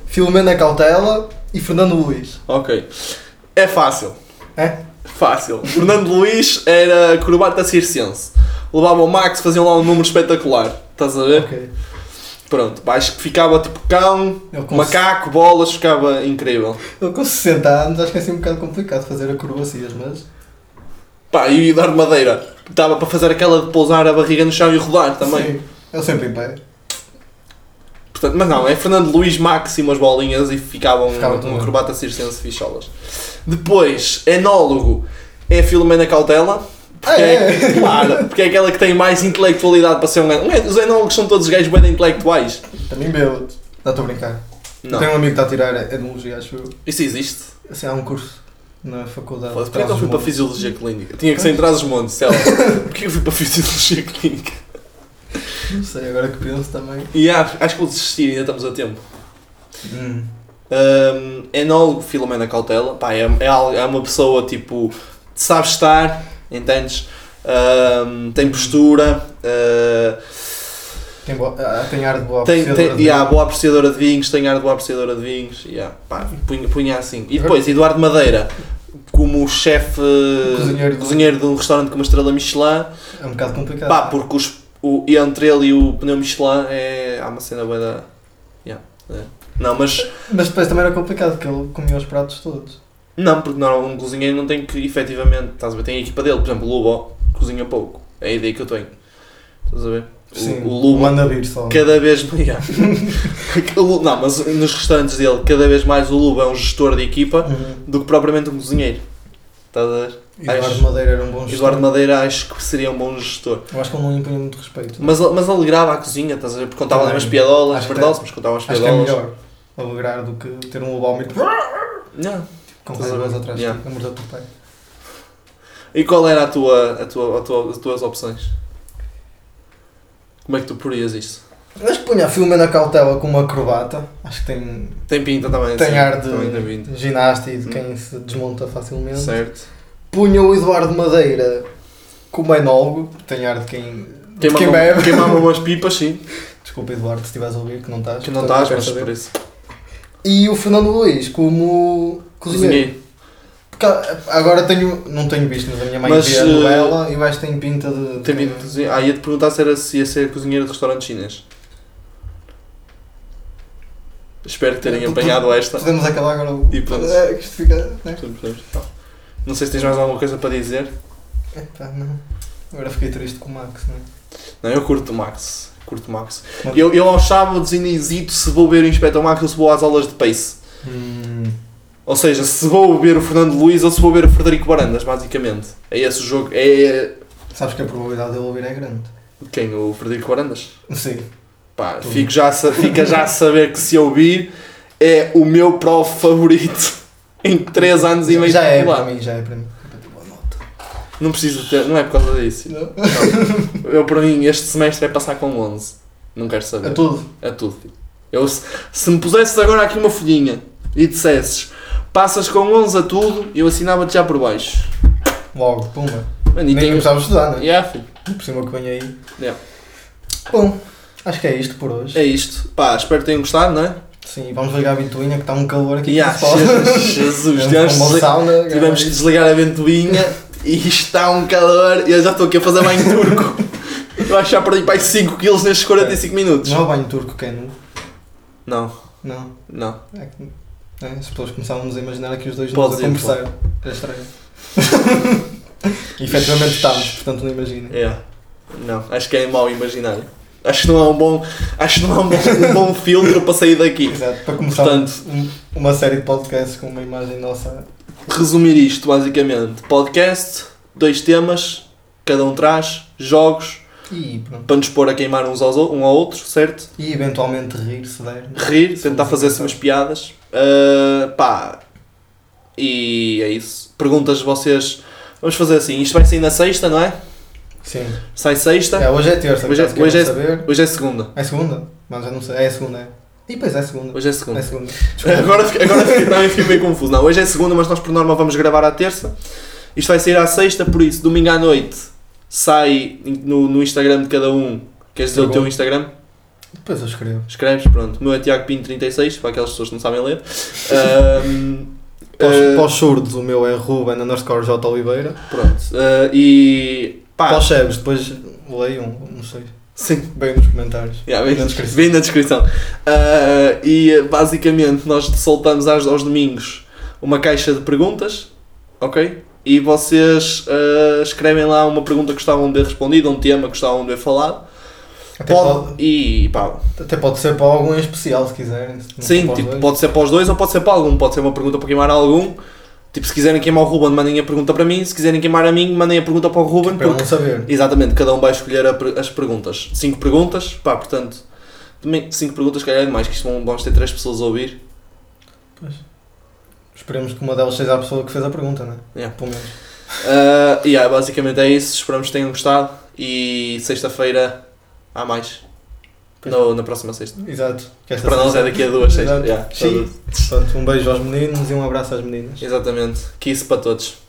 A: Filomena Cautela e Fernando Luís.
B: Ok. É fácil.
A: É?
B: Fácil. Fernando Luís era acrobata circense. Levava o Max, faziam lá um número espetacular. Estás a ver?
A: Ok.
B: Pronto, acho que ficava tipo cão,
A: Ele com,
B: macaco, bolas, ficava incrível.
A: ele com 60 anos acho que é assim um bocado complicado fazer acrobacias, mas.
B: Pá, e o Eduardo Madeira? Estava para fazer aquela de pousar a barriga no chão e rodar também.
A: Sim, ele sempre em pé.
B: Portanto, mas não, é Fernando Luís Max e umas bolinhas e ficavam
A: Ficava
B: um,
A: tudo
B: um
A: bem.
B: acrobata circense ficholas. Depois, enólogo é a Filomena Cautela. Porque
A: Ah,
B: é,
A: é?
B: claro, porque é aquela que tem mais intelectualidade para ser um gajo. Não é- Os enólogos são todos gajos bem intelectuais.
A: Também bêbado. Não estou a brincar. Eu
B: Não,
A: Tenho um amigo que está a tirar enologia, acho eu.
B: isso existe.
A: Assim, há um curso na faculdade.
B: Foda-se,
A: de
B: Porquê é que eu fui para
A: Trás-os-Montes.
B: Fisiologia Clínica? Eu tinha que ser em trás os montes, sei lá. Porquê que eu fui para Fisiologia Clínica?
A: Não sei, agora que penso também.
B: E acho, acho que vou desistir, ainda estamos a tempo.
A: Hum.
B: Um, enólogo Filomena Cautela, pá, é, é, al- é uma pessoa tipo, sabe estar, entendes? Um, tem postura, uh,
A: Tem, bo- ah, tem ar de boa
B: tem, tem
A: apreciadora de-
B: yeah, boa apreciadora de vinhos, tem ar de boa apreciadora de vinhos, yeah, pá, punha, punha assim.
A: Uhum.
B: E depois, Eduardo Madeira, como chefe
A: Cozinheiro.
B: cozinheiro de um restaurante com uma estrela Michelin,
A: É um bocado complicado.
B: pá, porque os, o, e entre ele e o pneu Michelin é, há uma cena boa da. Yeah, é. Não, mas
A: Mas depois também era complicado, porque ele comia os pratos todos.
B: Não, porque não, um cozinheiro não tem que efetivamente. Estás a ver? Tem a equipa dele. Por exemplo, o Lubo cozinha pouco. É a ideia que eu tenho. Estás a ver? O-
A: Sim,
B: o Lubo
A: manda vir só.
B: Cada vez [laughs] mais. não, mas nos restaurantes dele, cada vez mais o Luba é um gestor de equipa
A: Uhum.
B: do que propriamente um cozinheiro. Estás a ver?
A: Eduardo
B: Acho-
A: Madeira era um bom gestor.
B: Eduardo Madeira acho que seria um bom gestor.
A: Eu acho que ele não impunha muito respeito.
B: Mas, mas alegrava a cozinha, estás a ver? Porque contava ali umas
A: Também.
B: piadolas,
A: Acho que
B: verdade, mas contava umas
A: Acho que é
B: piadolas.
A: melhor alegrar do que ter um lobo muito com
B: Não. Estás a
A: raivas
B: ver?
A: atrás
B: Yeah.
A: yeah. amor da tua pai.
B: E qual era a tua, a tua, a tua, as tuas opções? Como é que tu porias isso?
A: Mas punha a filme na cautela com uma acrobata. Acho que tem
B: Tem pinta também.
A: Tem
B: sim.
A: ar de-
B: Também tem pinta.
A: ginasta e de
B: Hum.
A: quem se desmonta facilmente.
B: Certo.
A: Punha o Eduardo Madeira como enólogo. Tem ar de quem, de quem
B: Queimava,
A: bebe.
B: queimava umas pipas, sim.
A: Desculpa, Eduardo, se estiveres a ouvir, que não estás.
B: Que não
A: portanto,
B: estás,
A: quero
B: mas
A: saber.
B: por isso.
A: E o Fernando Luís como cozinheiro.
B: Cozinheiro.
A: Porque ah, agora tenho, não tenho visto, mas a minha mãe
B: Mas,
A: vê a
B: eh,
A: novela e o gajo tem pinta de.
B: Tem vindo cozinhar. Ah, ia-te perguntar se, era, se ia ser cozinheiro de restaurante chinês. Espero que terem apanhado esta.
A: Podemos acabar agora o.
B: E pronto.
A: É, que isto fica. Né?
B: Não sei se tens mais alguma coisa para dizer.
A: Epá, não. Agora fiquei triste com o Max, né?
B: Não, eu curto o Max. Curto o Max. Eu, eu aos sábados ainda hesito se vou ver o Inspector Max ou se vou às aulas de pace.
A: Hum.
B: Ou seja, se vou ver o Fernando Luís ou se vou ver o Frederico Barandas, basicamente. É esse o jogo. É. é-
A: Sabes que a probabilidade de eu ouvir é grande.
B: Quem? O Frederico Barandas?
A: Sim.
B: Pá,
A: Tudo.
B: fico já a, sa- fica já a saber que se eu vir é o meu prof favorito [laughs] em 3 anos e meio
A: já
B: de
A: é
B: faculdade.
A: para mim, já é para mim. Eu dou uma nota.
B: Não preciso ter, não é por causa disso.
A: Não?
B: Eu para mim este semestre é passar com 11. Não quero saber.
A: A tudo.
B: É tudo. filho. Eu, se, se me pusesses agora aqui uma folhinha e dissesses passas com 11 a tudo, eu assinava-te já por baixo.
A: Logo, puma.
B: Mano, e
A: Nem
B: tenho...
A: começámos a estudar, não é?
B: Yeah, filho.
A: Por cima que vem aí.
B: Yeah.
A: Bom, acho que é isto por hoje.
B: É isto. Pá, espero que tenham gostado, não é?
A: Sim, vamos ligar a bituinha que está um calor aqui.
B: Yeah,
A: que se fala. [laughs]
B: Jesus,
A: Tivemos
B: Deus,
A: uma sauna, é
B: Tivemos que desligar a ventoinha e está um calor. Eu já estou aqui a fazer
A: [laughs]
B: banho turco. Eu acho que já perdi para 5 kg nestes 45 minutos.
A: Não é o banho turco que é nu.
B: Não,
A: Não.
B: não.
A: É que... é, as pessoas começávamos a imaginar aqui os dois
B: Pode
A: nus a
B: dizer,
A: conversar. Era
B: [laughs]
A: estranho. E Efetivamente estávamos, portanto não imagina.
B: É. Não, acho que é mau imaginário. Acho que não há um bom, acho que não há um bom, um bom filtro para sair daqui.
A: Exato, para começar
B: Portanto,
A: um- uma série de podcasts com uma imagem nossa.
B: resumir isto basicamente: podcast, dois temas, cada um traz, jogos,
A: E pronto.
B: para nos pôr a queimar uns aos, ou- um ao outro, certo?
A: E eventualmente rir, se der.
B: rir,
A: Sim,
B: tentar
A: sim,
B: fazer-se
A: sim.
B: umas piadas. Uh, pá, e é isso. Perguntas vocês. Vamos fazer assim: isto vai sair na sexta, não é?
A: Sim.
B: Sai sexta.
A: É, hoje é terça,
B: Hoje é-
A: caso queiram
B: hoje é-
A: saber.
B: Hoje é segunda.
A: É segunda? Mas eu não sei. É segunda, é. E pois é segunda.
B: Hoje é
A: É
B: segunda.
A: segunda.
B: Agora, fiquei- agora fiquei- não, eu fiquei meio confuso. Não, hoje é segunda, mas nós por norma vamos gravar à terça. Isto vai sair à sexta, por isso, domingo à noite sai no, no Instagram de cada um. Queres dizer
A: Tá
B: o teu
A: bom.
B: Instagram?
A: Depois eu escrevo.
B: Escreves, pronto. O meu é Tiago Pinto 36, para aquelas pessoas que não
A: [laughs]
B: sabem ler. Ahm,
A: Para os-
B: ah,
A: para os surdos, o meu é Ruben underscore J Oliveira.
B: Pronto. eh, e. Pá.
A: Para os cegos, depois leiam, não sei.
B: Sim.
A: Bem nos comentários.
B: Yeah, vem,
A: Na
B: na
A: descrição.
B: descrição. Vem na descrição. Eh, e eh, basicamente nós soltamos aos, aos domingos uma caixa de perguntas, ok? E vocês eh, escrevem lá uma pergunta que gostavam de ver respondida, um tema que gostavam de ver falado.
A: Até pode,
B: Pode, e pá,
A: até pode ser para algum em especial, se quiserem. se não
B: sim,
A: for para os
B: tipo,
A: dois.
B: pode ser para os dois ou pode ser para algum. Pode ser uma pergunta para queimar algum. Tipo, se quiserem queimar o Ruben, mandem a pergunta para mim. Se quiserem queimar a mim, mandem a pergunta para o Ruben.
A: Para
B: porque-
A: não saber.
B: Exatamente, cada um vai escolher a per- as perguntas. cinco perguntas, pá, portanto, também 5 perguntas, se calhar é demais, que isto vão, vamos ter três pessoas a ouvir.
A: Esperemos que uma delas seja a pessoa que fez a pergunta, não é?
B: Yeah.
A: Pelo menos.
B: Ah, e yeah, basicamente é isso, esperamos que tenham gostado e sexta-feira há mais. No, na próxima sexta.
A: Exato. Que esta
B: Para nós é
A: semana-
B: daqui a duas sextas.
A: Exato.
B: Yeah,
A: Sim. Portanto, um beijo aos meninos e um abraço às meninas.
B: Exatamente, que isso para todos.